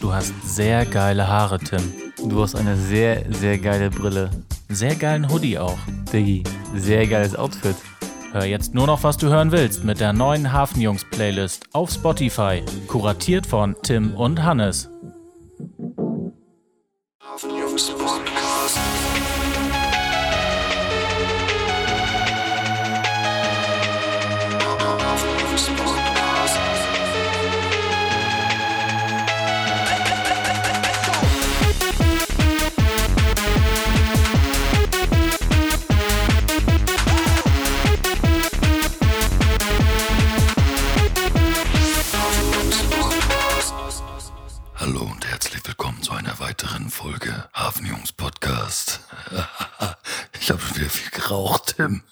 Du hast sehr geile Haare, Tim. Du hast eine sehr, sehr geile Brille. Sehr geilen Hoodie auch. Diggi, sehr geiles Outfit. Hör jetzt nur noch, was du hören willst mit der neuen Hafenjungs-Playlist auf Spotify. Kuratiert von Tim und Hannes. Hallo und herzlich willkommen zu einer weiteren Folge Hafenjungs Podcast. Ich habe schon wieder viel geraucht, Tim.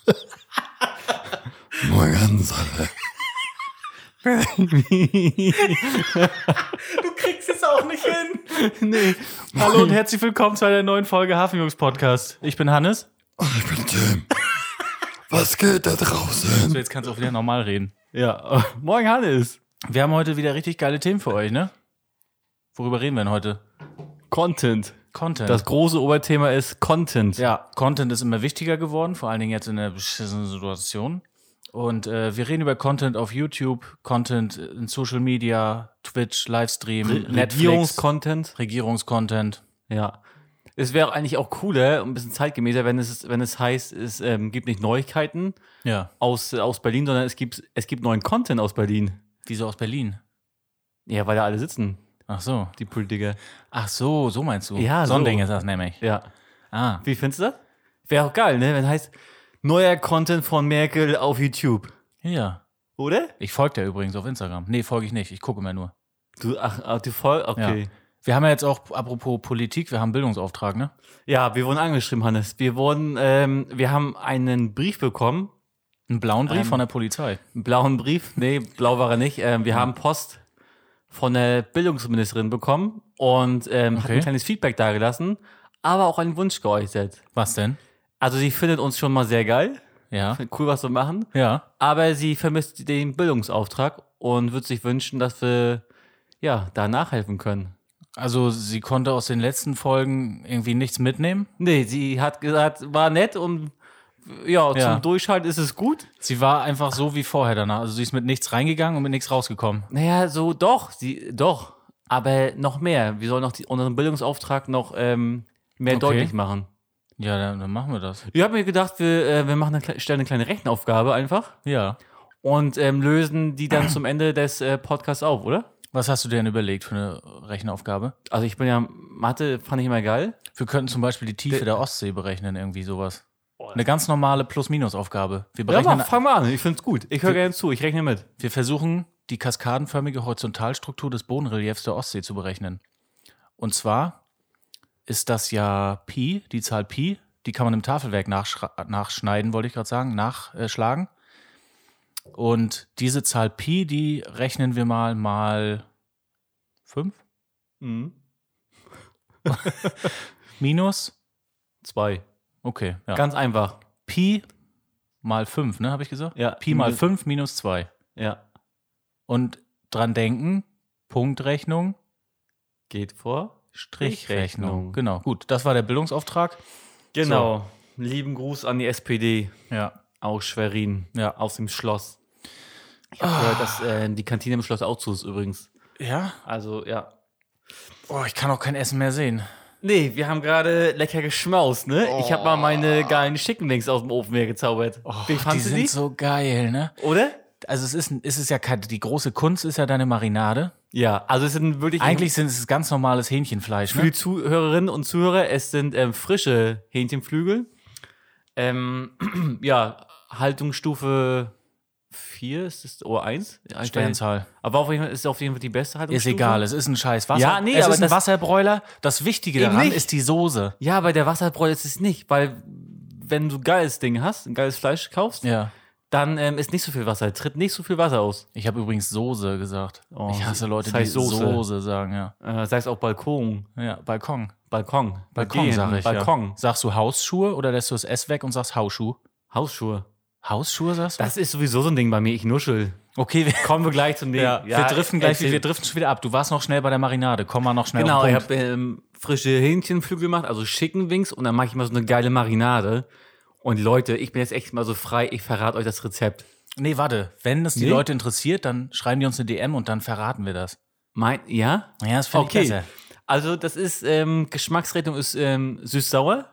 Moin ganz alle. kriegst es auch nicht hin. Hallo und herzlich willkommen zu einer neuen Folge Hafenjungs Podcast. Ich bin Hannes. Und Oh, ich bin Tim. Was geht da draußen? So, jetzt kannst du auch wieder normal reden. Ja, moin Hannes. Wir haben heute wieder richtig geile Themen für euch, ne? Worüber reden wir denn heute? Content. Content. Das große Oberthema ist Content. ja, Content ist immer wichtiger geworden, vor allen Dingen jetzt in der beschissenen Situation. Und äh, wir reden über Content auf YouTube, Content in Social Media, Twitch, Livestream, Netflix, Regierungscontent. Regierungskontent. Ja. Es wäre eigentlich auch cooler und ein bisschen zeitgemäßer, wenn es, wenn es heißt, es ähm, gibt nicht Neuigkeiten Ja. aus, aus Berlin, sondern es gibt, es gibt neuen Content aus Berlin. Wieso aus Berlin? Ja, weil da alle sitzen, Ach so. die Politiker. Ach so, so meinst du. Ja, so ein so. Ding ist das nämlich. Ja. Ah. Wie findest du das? Wäre auch geil, ne? Wenn heißt, neuer Content von Merkel auf YouTube. Ja. Oder? Ich folge der übrigens auf Instagram. Nee, folge ich nicht. Ich gucke immer nur. Du, ach, ach du voll, okay. Wir haben ja jetzt auch, apropos Politik, wir haben Bildungsauftrag, ne? Ja. wir wurden angeschrieben, Hannes. Wir wurden, ähm, wir haben einen Brief bekommen. Einen blauen Brief Ähm, von der Polizei. Einen blauen Brief. Nee, blau war er nicht. Ähm, wir haben Post von der Bildungsministerin bekommen und ähm, hat Okay. ein kleines Feedback dagelassen, aber auch einen Wunsch geäußert. Was denn? Also sie findet uns schon mal sehr geil. Ja. Cool, was wir machen. Ja. Aber sie vermisst den Bildungsauftrag und würde sich wünschen, dass wir ja da nachhelfen können. Also sie konnte aus den letzten Folgen irgendwie nichts mitnehmen. Nee, sie hat gesagt, war nett und ja, Ja. zum Durchhalten ist es gut. Sie war einfach so wie vorher danach. Also sie ist mit nichts reingegangen und mit nichts rausgekommen. Naja, so doch, sie doch. Aber noch mehr. Wir sollen noch die, unseren Bildungsauftrag noch ähm, mehr Okay. deutlich machen. Ja, dann, dann machen wir das. Ich habe mir gedacht, wir, äh, wir machen eine, kle- stellen eine kleine Rechenaufgabe einfach Ja. und ähm, lösen die dann zum Ende des äh, Podcasts auf, oder? Was hast du dir denn überlegt für eine Rechenaufgabe? Also ich bin ja, Mathe fand ich immer geil. Wir könnten zum Beispiel die Tiefe der Ostsee berechnen, irgendwie sowas. Eine ganz normale Plus-Minus-Aufgabe. Wir Ja, berechnen mach, fang mal an, ich find's gut. Ich höre gerne zu, ich rechne mit. Wir versuchen, die kaskadenförmige Horizontalstruktur des Bodenreliefs der Ostsee zu berechnen. Und zwar ist das ja Pi, die Zahl Pi, die kann man im Tafelwerk nachschra- nachschneiden, wollte ich gerade sagen, nachschlagen. Und diese Zahl Pi, die rechnen wir mal mal 5 Mhm. minus, Zwei. okay, ja. Ganz einfach. Pi mal 5, ne, habe ich gesagt? Ja. Mhm. Pi mal 5 minus 2. Ja. Und dran denken, Punktrechnung, Geht vor. Strichrechnung. Strichrechnung. Genau, gut. Das war der Bildungsauftrag. Genau. Lieben Gruß an die SPD Ja. aus Schwerin. Ja. Ah. Aus dem Schloss. Ich habe gehört, dass äh, die Kantine im Schloss auch zu ist übrigens. Ja? Also, ja. Oh, ich kann auch kein Essen mehr sehen. Nee, wir haben gerade lecker geschmaust, ne? Ich habe mal meine geilen Chicken Wings aus dem Ofen her gezaubert. Wie Oh. die fandst du sind die? so geil, ne? Oder? Also es ist, es ist ja keine, die große Kunst ist ja deine Marinade. Ja, also es sind wirklich Eigentlich sind es ganz normales Hähnchenfleisch, für die ne? Zuhörerinnen und Zuhörer, es sind ähm, frische Hähnchenflügel. Ähm, ja, Haltungsstufe 4 ist das oder 1? Sternzahl. Aber auf jeden Fall ist auf jeden Fall die beste Ist Haltungsstufe. egal, es ist ein scheiß Wasser. Ja, nee, es aber ist ein das- Wasserbräuler. Das Wichtige Eben daran nicht. ist die Soße. Ja, bei der Wasserbräu ist es nicht, weil wenn du geiles Ding hast, ein geiles Fleisch kaufst, Ja. dann ähm, ist nicht so viel Wasser, tritt nicht so viel Wasser aus. Ich habe übrigens Soße gesagt. Oh, ich hasse Leute, das heißt die Soße. Soße sagen, ja. Äh, sei es auch Balkon, Ja, Balkon. Balkon, Balkon Gehen, sage ich. Balkon, Ja. Sagst du Hausschuhe oder lässt du das S weg und sagst Hausschuh? Hausschuhe. Hausschuhe sagst du? Das ist sowieso so ein Ding bei mir, ich nuschel. Okay, wir, Kommen wir gleich zum nächsten. ja, wir driften gleich, erzähl. wir driften schon wieder ab. Du warst noch schnell bei der Marinade. Komm mal noch schnell. Genau, auf den ich Punkt. habe ähm, frische Hähnchenflügel gemacht, also Chicken Wings und dann mache ich mal so eine geile Marinade. Und Leute, ich bin jetzt echt mal so frei, ich verrate euch das Rezept. Nee, warte. Wenn es die Nee? Leute interessiert, dann schreiben die uns eine DM und dann verraten wir das. Mein, ja? Ja, das finde ich Okay. besser. Also das ist, ähm, Geschmacksrichtung ist ähm, süß-sauer, ein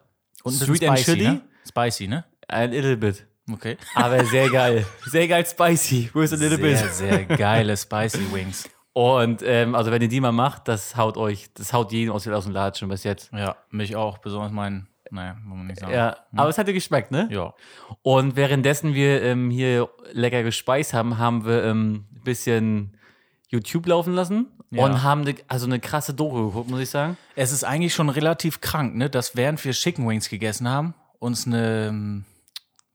bisschen sweet and spicy, chili, Ne? Spicy, ne? a little bit. Okay. Aber sehr geil. Sehr geil spicy, with a little bit. Sehr, sehr geile Spicy Wings. Und ähm, also wenn ihr die mal macht, das haut euch, das haut jeden aus, aus dem Laden schon bis jetzt. Ja, mich auch. Besonders mein, naja, muss man nicht sagen. Ja, aber es hat dir geschmeckt, ne? Mhm. Ja. Und währenddessen wir ähm, hier lecker gespeist haben, haben wir ähm, ein bisschen YouTube laufen lassen Ja. und haben ne, also eine krasse Doku geguckt, muss ich sagen. Es ist eigentlich schon relativ krank, ne, dass während wir Chicken Wings gegessen haben, uns eine, ähm,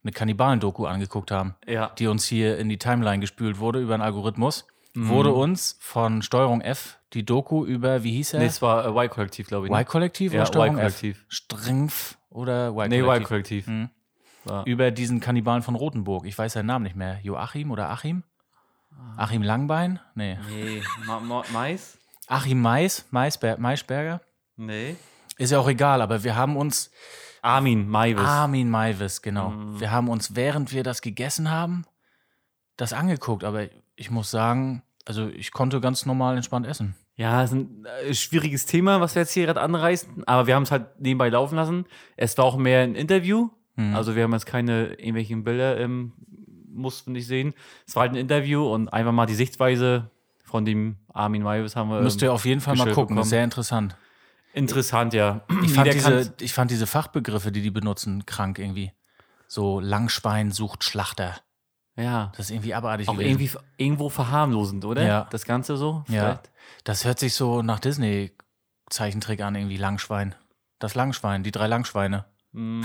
eine Kannibalen-Doku angeguckt haben, Ja. die uns hier in die Timeline gespült wurde über einen Algorithmus. Mhm. Wurde uns von Steuerung F die Doku über, wie hieß er? Nee, es war äh, Y-Kollektiv, glaube ich. ne? Y-Kollektiv Ja, oder Steuerung F? Y-Kollektiv. Strengf oder Nee, Y-Kollektiv? Y-Kollektiv. über diesen Kannibalen von Rothenburg. Ich weiß seinen Namen nicht mehr. Joachim oder Achim? Ah. Achim Langbein? Nee. Nee, Ma Ma Mais? Achim Mais, Maisber Maisberger. Nee. Ist ja auch egal, aber wir haben uns Armin, Maivis. Armin Maivis, genau. Mhm. Wir haben uns, während wir das gegessen haben, das angeguckt. Aber ich muss sagen, also ich konnte ganz normal entspannt essen. Ja, ist ein äh, schwieriges Thema, was wir jetzt hier gerade anreißen, aber wir haben es halt nebenbei laufen lassen. Es war auch mehr ein Interview, Mhm. also wir haben jetzt keine irgendwelchen Bilder, ähm, mussten nicht sehen. Es war halt ein Interview und einfach mal die Sichtweise von dem Armin Maivis haben wir. Müsst ihr auf jeden Fall mal gestellt gucken, ist Ähm, bekommen. sehr interessant. Interessant, ja. Ich fand, diese, ich fand diese Fachbegriffe, die die benutzen, krank irgendwie. So Langschwein sucht Schlachter. ja, Das ist irgendwie abartig auch gewesen. irgendwie irgendwo verharmlosend, oder? Ja. Das Ganze so? Ja. vielleicht? Das hört sich so nach Disney-Zeichentrick an, irgendwie Langschwein. Das Langschwein, die drei Langschweine. Mm.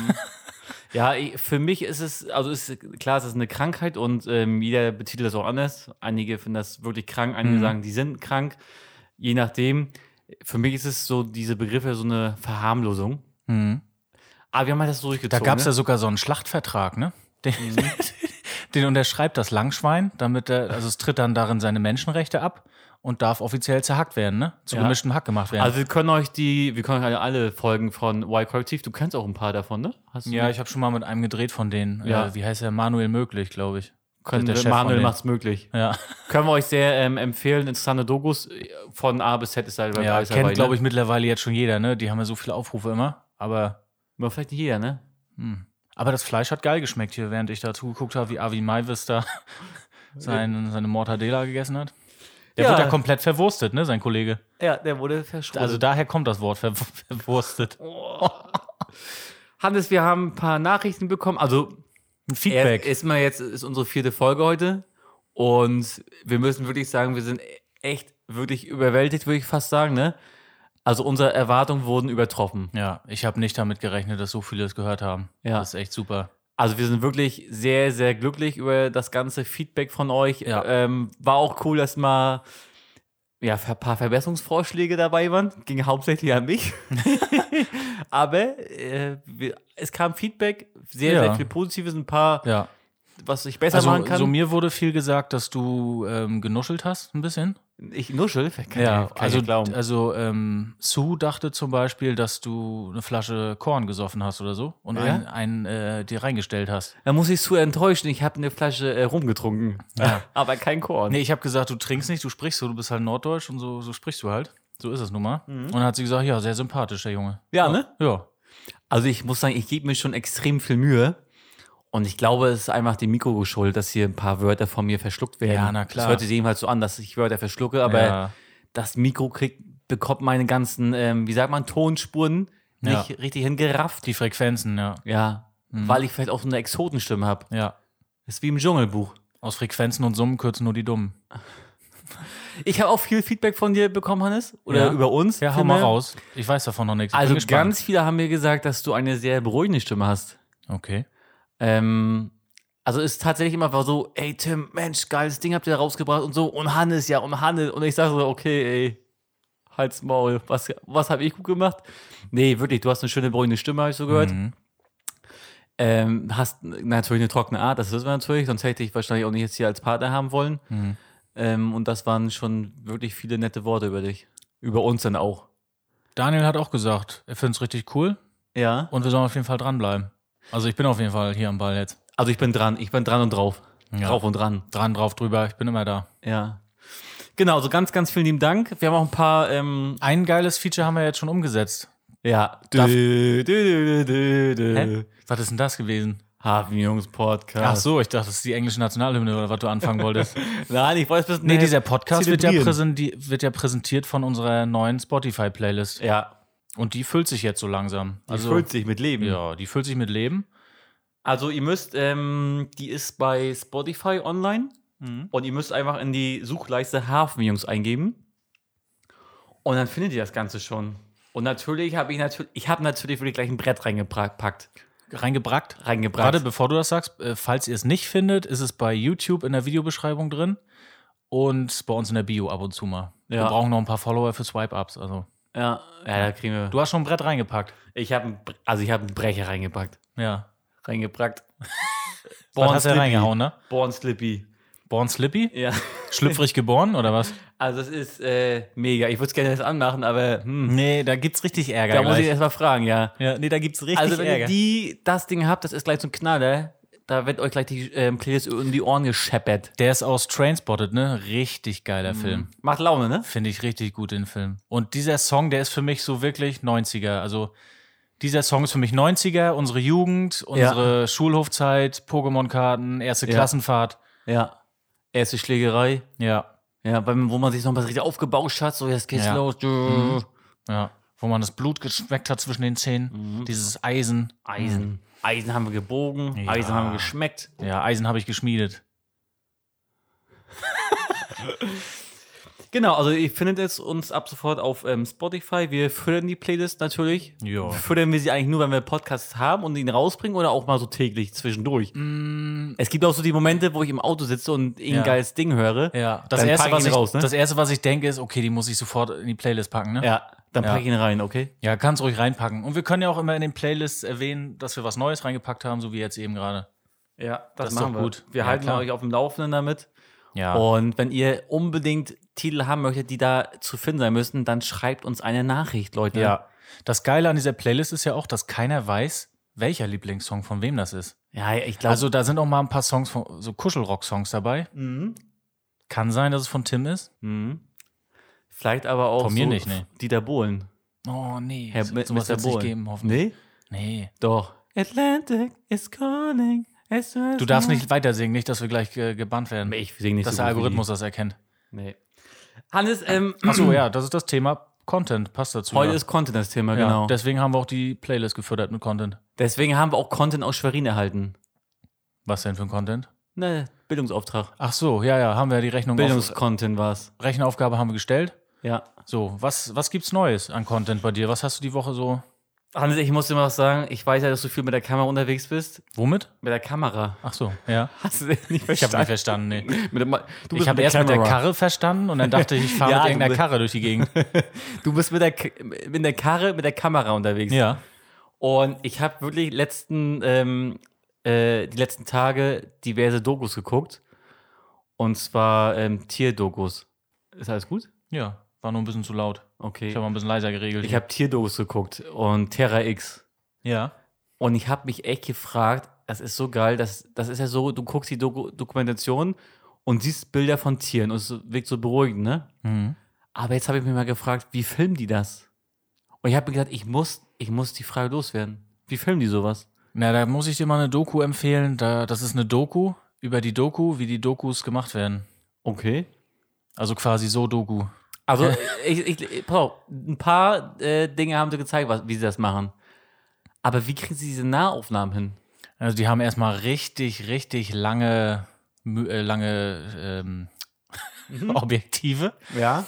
Ja, ich, für mich ist es, also ist klar, es ist eine Krankheit und ähm, jeder betitelt das auch anders. Einige finden das wirklich krank, einige Mhm. sagen, die sind krank. Je nachdem. Für mich ist es so, diese Begriffe so eine Verharmlosung. Mhm. Aber wir haben halt das so Da durchgezogen. gab es ja ne? Mhm. sogar so einen Schlachtvertrag, ne? Den, den unterschreibt das Langschwein, damit er, also es tritt dann darin seine Menschenrechte ab und darf offiziell zerhackt werden, ne? Zu Ja. gemischtem Hack gemacht werden. Also wir können euch die, wir können euch alle, alle Folgen von Y-Kollektiv, du kennst auch ein paar davon, ne? Hast du ja, ich habe schon mal mit einem gedreht von denen. Ja. Äh, wie heißt er? Manuel Möglich, glaube ich. können, der der Chef von Äh, Manuel denen. macht's möglich. Ja, Können wir euch sehr ähm, empfehlen, interessante Dokus äh, von A bis Z ist halt ja kennt, glaube ich. ich, mittlerweile jetzt schon jeder, ne? Die haben ja so viele Aufrufe immer. Aber, Vielleicht nicht jeder, ne? aber das Fleisch hat geil geschmeckt hier, während ich da zugeguckt habe, wie Avi Maivis da sein, seine Mortadella gegessen hat. Der Ja. wird da komplett verwurstet, ne, sein Kollege. Ja, der wurde verschwunden. Also daher kommt das Wort ver verwurstet. Oh. Hannes, wir haben ein paar Nachrichten bekommen. Also Ein er- Feedback. erstmal jetzt ist unsere vierte Folge heute und wir müssen wirklich sagen, wir sind e- echt wirklich überwältigt, würde ich fast sagen. Ne? Also unsere Erwartungen wurden übertroffen. ja, ich habe nicht damit gerechnet, dass so viele es gehört haben. Ja. Das ist echt super. Also wir sind wirklich sehr, sehr glücklich über das ganze Feedback von euch. Ja. Ähm, war auch cool, dass mal ja, ein paar Verbesserungsvorschläge dabei waren. Ging hauptsächlich an mich. Aber äh, wir, es kam Feedback, sehr, Ja. sehr viel Positives, ein paar, Ja. was ich besser machen Also, kann. so mir wurde viel gesagt, dass du ähm, genuschelt hast, ein bisschen. ich nuschel, kann ich, kann also, ich glauben. also ähm, Sue dachte zum Beispiel, dass du eine Flasche Korn gesoffen hast oder so und Ja? einen, einen äh, dir reingestellt hast. Da muss ich zu enttäuschen, ich habe eine Flasche äh, rumgetrunken. Aber kein Korn. Nee, ich habe gesagt, du trinkst nicht, du sprichst so, du bist halt norddeutsch und so, so sprichst du halt. So ist es nun mal. Mhm. Und dann hat sie gesagt, ja, sehr sympathisch, der Junge. Ja, ne? Ja. Also ich muss sagen, ich gebe mir schon extrem viel Mühe. Und ich glaube, es ist einfach dem Mikro geschuldet, dass hier ein paar Wörter von mir verschluckt werden. Ja, na klar. Das hört sich jedenfalls so an, dass ich Wörter verschlucke, aber ja. das Mikro kriegt, bekommt meine ganzen, ähm, wie sagt man, Tonspuren Ja. Mhm. nicht richtig hingerafft. Die Frequenzen, ja. Ja, weil ich vielleicht auch so eine Exotenstimme habe. Ja. Ist wie im Dschungelbuch. Aus Frequenzen und Summen kürzen nur die Dummen. Ich habe auch viel Feedback von dir bekommen, Hannes, oder Ja. über uns. Ja, hau vielmehr. mal raus. Ich weiß davon noch nichts. Ich ne? Also bin gespannt. ganz viele haben mir gesagt, dass du eine sehr beruhigende Stimme hast. Okay. Ähm, also ist tatsächlich immer so, ey Tim, Mensch, geiles Ding habt ihr da rausgebracht und so und Hannes, ja, und Hannes. Und ich sage so, okay, ey, halt's Maul, was, was habe ich gut gemacht? Nee, wirklich, du hast eine schöne, beruhigende Stimme, habe ich so gehört. Ähm, hast natürlich eine trockene Art, das wissen wir natürlich, sonst hätte ich wahrscheinlich auch nicht jetzt hier als Partner haben wollen. Ähm, und das waren schon wirklich viele nette Worte über dich. Über uns dann auch. Daniel hat auch gesagt, er findet es richtig cool Ja. und wir sollen auf jeden Fall dranbleiben. Also ich bin auf jeden Fall hier am Ball jetzt. Also ich bin dran, ich bin dran und drauf. Ja. Drauf und dran. Dran, drauf, drüber, ich bin immer da. Ja. Genau, also ganz, ganz vielen lieben Dank. Wir haben auch ein paar, ähm, Ein geiles Feature haben wir jetzt schon umgesetzt. ja. Darf- Dö, dö, dö, dö, dö, dö. Hä? Was ist denn das gewesen? Ach Hafenjungs-Podcast. so, ich dachte, das ist die englische Nationalhymne oder was du anfangen wolltest. Nein, ich weiß bis Nee, dieser Podcast wird ja, Zelebrieren. präsenti- wird ja präsentiert von unserer neuen Spotify-Playlist. Ja, Und die füllt sich jetzt so langsam. die Also, füllt sich mit Leben. ja, die füllt sich mit Leben. Also ihr müsst, ähm, die ist bei Spotify online und ihr müsst einfach in die Suchleiste Hafenjungs eingeben und dann findet ihr das Ganze schon. Und natürlich habe ich natürlich, ich habe natürlich wirklich gleich ein Brett reingepackt, Reingebrackt. reingebracht. Gerade bevor du das sagst, äh, falls ihr es nicht findet, ist es bei YouTube in der Videobeschreibung drin und bei uns in der Bio ab und zu mal. Wir Ja. brauchen noch ein paar Follower für Swipe-Ups. Also. ja, ja, da kriegen wir. Du hast schon ein Brett reingepackt. Ich habe, ein- also ich habe einen Brecher reingepackt, Ja. reingepackt. Was hast du da reingehauen, ne? Born Slippy. Born Slippy? Ja, Schlüpfrig geboren oder was? also es ist äh, mega. Ich würde es gerne jetzt anmachen, aber hm, Nee, da gibt's richtig Ärger. da muss ich gleich. erst mal fragen, ja. ja, nee, da gibt's richtig Also, wenn Ärger. ihr die, das Ding habt, das ist gleich so ein Knaller. Da wird euch gleich die ähm, Playlist in die Ohren gescheppert. Der ist aus Trainspotted, ne? Richtig geiler Film. Macht Laune, ne? Finde ich richtig gut, den Film. Und dieser Song, der ist für mich so wirklich 90er. Also, dieser Song ist für mich 90er, unsere Jugend, unsere Schulhofzeit, Pokémon-Karten, erste Ja. Klassenfahrt. Ja. Erste Schlägerei. Ja, Ja, beim, wo man sich noch was richtig aufgebauscht hat, so jetzt geht's Ja. Mhm. los. ja. Wo man das Blut geschmeckt hat zwischen den Zähnen. Dieses Eisen. Eisen. Eisen haben wir gebogen, Ja. Eisen haben wir geschmeckt. Ja, Eisen habe ich geschmiedet. Genau, also ihr findet jetzt uns ab sofort auf ähm, Spotify. Wir füttern die Playlist natürlich. Ja. Füttern wir sie eigentlich nur, wenn wir Podcasts haben und ihn rausbringen oder auch mal so täglich zwischendurch. Mm, Es gibt auch so die Momente, wo ich im Auto sitze und irgendein Ja. geiles Ding höre. Ja, das Dann pack erste, ich was ihn ich, raus, ne? das erste, was ich denke, ist, okay, die muss ich sofort in die Playlist packen, ne? Ja, dann Ja. pack ich ihn rein, okay? Ja, kannst ruhig reinpacken. Und wir können ja auch immer in den Playlists erwähnen, dass wir was Neues reingepackt haben, so wie jetzt eben gerade. Ja, das machen wir. gut. Wir Ja, halten klar. euch auf dem Laufenden damit. Ja. Und wenn ihr unbedingt Titel haben möchtet, die da zu finden sein müssen, dann schreibt uns eine Nachricht, Leute. ja. ne? Das Geile an dieser Playlist ist ja auch, dass keiner weiß, welcher Lieblingssong von wem das ist. Ja, ich glaube. Also da sind auch mal ein paar Songs von so Kuschelrock-Songs dabei. Mhm. Kann sein, dass es von Tim ist. Mhm. Vielleicht aber auch Von mir so nicht, nee. Dieter Bohlen. Oh nee, Herr so- M- sowas Mr. wird's nicht Bohlen. geben, hoffentlich. Nee? Nee. Doch. Atlantic is calling. Du darfst nicht weiter singen, nicht, dass wir gleich äh, gebannt werden. Ich singe nicht dass so der gut wie Algorithmus das erkennt. die. Nee. Hannes, ähm, Achso, ja, das ist das Thema Content, passt dazu. heute ja. ist Content das Thema, ja, genau. Deswegen haben wir auch die Playlist gefüttert mit Content. Deswegen haben wir auch Content aus Schwerin erhalten. Was denn für ein Content? Ne, Bildungsauftrag. Ach so, ja, ja, haben wir die Rechnung auf, Bildungscontent war's. Rechenaufgabe haben wir gestellt. Ja. So, was, was gibt's Neues an Content bei dir? Was hast du die Woche so? Hannes, ich muss dir mal was sagen. Ich weiß ja, dass du viel mit der Kamera unterwegs bist. Womit? Mit der Kamera. Ach so, ja. Hast du das nicht Ich habe nicht verstanden? verstanden, nee. Ich mit der Ma- du bist Ich habe mit der erst mit der Kamera. Karre verstanden und dann dachte ich, ich fahre Ja, mit du irgendeiner bist- Karre durch die Gegend. Du bist mit der, K- in der Karre mit der Kamera unterwegs. Ja. Und ich habe wirklich letzten, ähm, äh, die letzten Tage diverse Dokus geguckt. Und zwar ähm, Tierdokus. Ist alles gut? Ja, war nur ein bisschen zu laut. Okay. Ich habe mal ein bisschen leiser geregelt. Ich habe Tierdokus geguckt und Terra X. ja. Und ich habe mich echt gefragt, das ist so geil, das, das ist ja so, du guckst die Doku Dokumentation und siehst Bilder von Tieren und es wirkt so beruhigend, ne? Mhm. Aber jetzt habe ich mich mal gefragt, wie filmen die das? Und ich habe mir gedacht, ich muss, ich muss die Frage loswerden. Wie filmen die sowas? Na, da muss ich dir mal eine Doku empfehlen. Da, das ist eine Doku über die Doku, wie die Dokus gemacht werden. Okay. Also quasi so Doku. Also, ich, ich, ich, pass auf, ein paar äh, Dinge haben sie gezeigt, was, wie sie das machen. Aber wie kriegen sie diese Nahaufnahmen hin? Also die haben erstmal richtig, richtig lange, mü- äh, lange ähm, Objektive Mhm. Ja.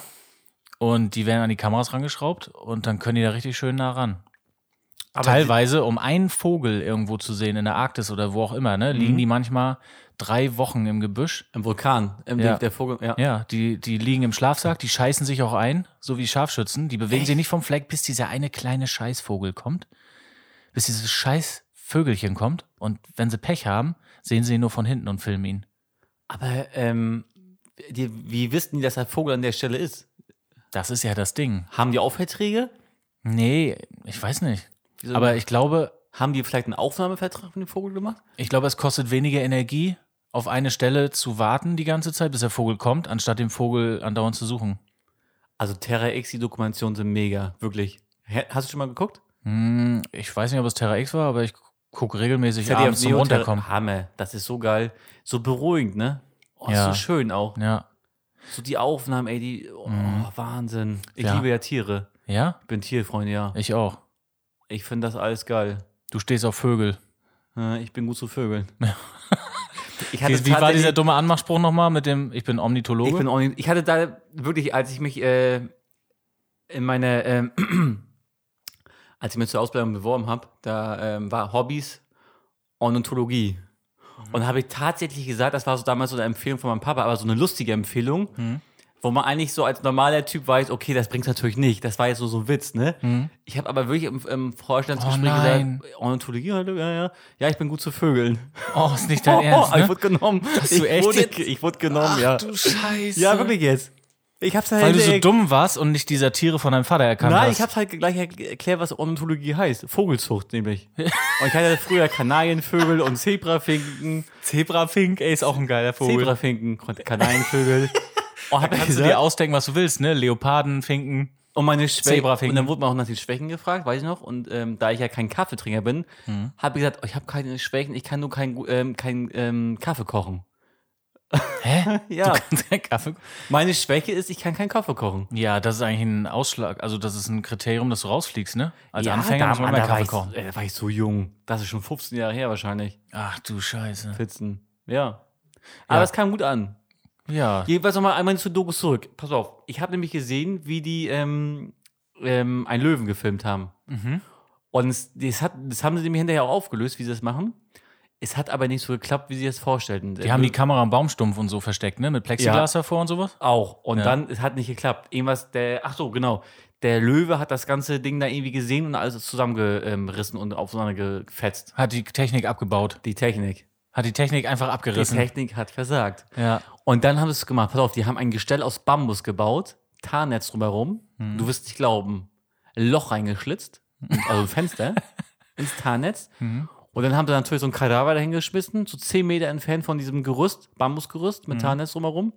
und die werden an die Kameras rangeschraubt und dann können die da richtig schön nah ran. Aber Teilweise, um einen Vogel irgendwo zu sehen, in der Arktis oder wo auch immer, ne, Mhm. liegen die manchmal drei Wochen im Gebüsch. Im Vulkan, im Ja. der Vogel, ja. Ja, die, die liegen im Schlafsack, die scheißen sich auch ein, so wie Scharfschützen. Die bewegen sich nicht vom Fleck, bis dieser eine kleine Scheißvogel kommt. Bis dieses scheiß Vögelchen kommt und wenn sie Pech haben, sehen sie ihn nur von hinten und filmen ihn. Aber ähm, die, wie wissen die, dass der Vogel an der Stelle ist? Das ist ja das Ding. Haben die Aufverträge? Nee, ich weiß nicht. Wieso- Aber ich glaube, haben die vielleicht einen Aufnahmevertrag mit dem Vogel gemacht? ich glaube, es kostet weniger Energie, auf eine Stelle zu warten die ganze Zeit, bis der Vogel kommt, anstatt den Vogel andauernd zu suchen. Also Terra X, die Dokumentationen sind mega, wirklich. Hä- Hast du schon mal geguckt? Hm, ich weiß nicht, ob es Terra X war, aber ich gucke regelmäßig ZDF abends zum Neo Terra- Runterkommen. Hammer, das ist so geil. So beruhigend, ne? Oh, ist Ja. so schön auch. Ja. So die Aufnahmen, ey, die, oh, Wahnsinn. Ich Ja. liebe ja Tiere. Ja? Ich bin Tierfreund, ja. Ich auch. Ich finde das alles geil. Du stehst auf Vögel. Äh, Ich bin gut zu Vögeln. ich Wie, wie war tatsächlich- dieser dumme Anmachspruch nochmal mit dem, ich bin Omnitologe? Ich bin auch nicht, ich hatte da wirklich, als ich mich äh, in meine, ähm, als ich mich zur Ausbildung beworben habe, da ähm, war Hobbys Ornithologie. Mhm. Und habe ich tatsächlich gesagt, das war so damals so eine Empfehlung von meinem Papa, aber so eine lustige Empfehlung, Mhm. wo man eigentlich so als normaler Typ weiß, okay, das bringt natürlich nicht. Das war jetzt so, so ein Witz, ne? Ich habe aber wirklich im, im Vorstellungsgespräch Mhm. Oh nein. gesagt, Ornithologie, ja, ja, ja, ich bin gut zu Vögeln. oh, ist nicht dein Ernst, ich ne? wurde genommen. Hast du ich, echt wurde, jetzt? ich wurde genommen, ja. Scheiße. Ja, wirklich jetzt. Ich hab's halt Weil du so erklärt. dumm warst und nicht die Satire von deinem Vater erkannt Nein, hast. ich hab's halt gleich erkl- erklärt, was Ornithologie heißt. Vogelzucht nämlich. und ich hatte früher Kanarienvögel und Zebrafinken. Zebrafink, ey, ist auch ein geiler Zebrafinken, Kanarienvögel. Oh, Und, hab Kannst du dir gesagt, ausdenken, was du willst, ne? Leoparden, Finken. und meine Schwächen. Zebrafinken. Und dann wurde man auch nach den Schwächen gefragt, weiß ich noch. Und ähm, da ich ja kein Kaffeetrinker bin, habe ich gesagt, oh, ich habe keine Schwächen, ich kann nur keinen ähm, kein, ähm, Kaffee kochen. Hä? Ja. Du kannst keinen Kaffee. Meine Schwäche ist, ich kann keinen Kaffee kochen. Ja, das ist eigentlich ein Ausschlag. Also, das ist ein Kriterium, dass du rausfliegst, ne? Als Ja, Anfänger muss da- man immer da war Kaffee ich- kochen. äh, Da war ich so jung. Das ist schon 15 Jahre her wahrscheinlich. Ach du Scheiße. Pizzen. Ja. Aber Ja. es kam gut an. Ja. Jedenfalls nochmal einmal zu Dokus zurück. Pass auf, ich habe nämlich gesehen, wie die ähm, ähm, einen Löwen gefilmt haben. Mhm. Und es, das, hat, das haben sie nämlich hinterher auch aufgelöst, wie sie das machen. Es hat aber nicht so geklappt, wie sie das vorstellten. Äh, Die haben die Kamera im Baumstumpf und so versteckt, ne? Mit Plexiglas davor und sowas. auch. Und Ja. dann, es hat nicht geklappt. Irgendwas, der, ach so, genau. Der Löwe hat das ganze Ding da irgendwie gesehen und alles zusammengerissen und aufeinander gefetzt. Hat die Technik abgebaut. Die Technik. Hat die Technik einfach Die abgerissen. Technik hat versagt. ja. Und dann haben sie es gemacht. Pass auf, die haben ein Gestell aus Bambus gebaut, Tarnnetz drumherum. Du wirst nicht glauben. Ein Loch reingeschlitzt, also ein Fenster ins Tarnnetz. Und dann haben sie natürlich so ein Kadaver dahingeschmissen, so 10 Meter entfernt von diesem Gerüst, Bambusgerüst mit Tarnnetz drumherum.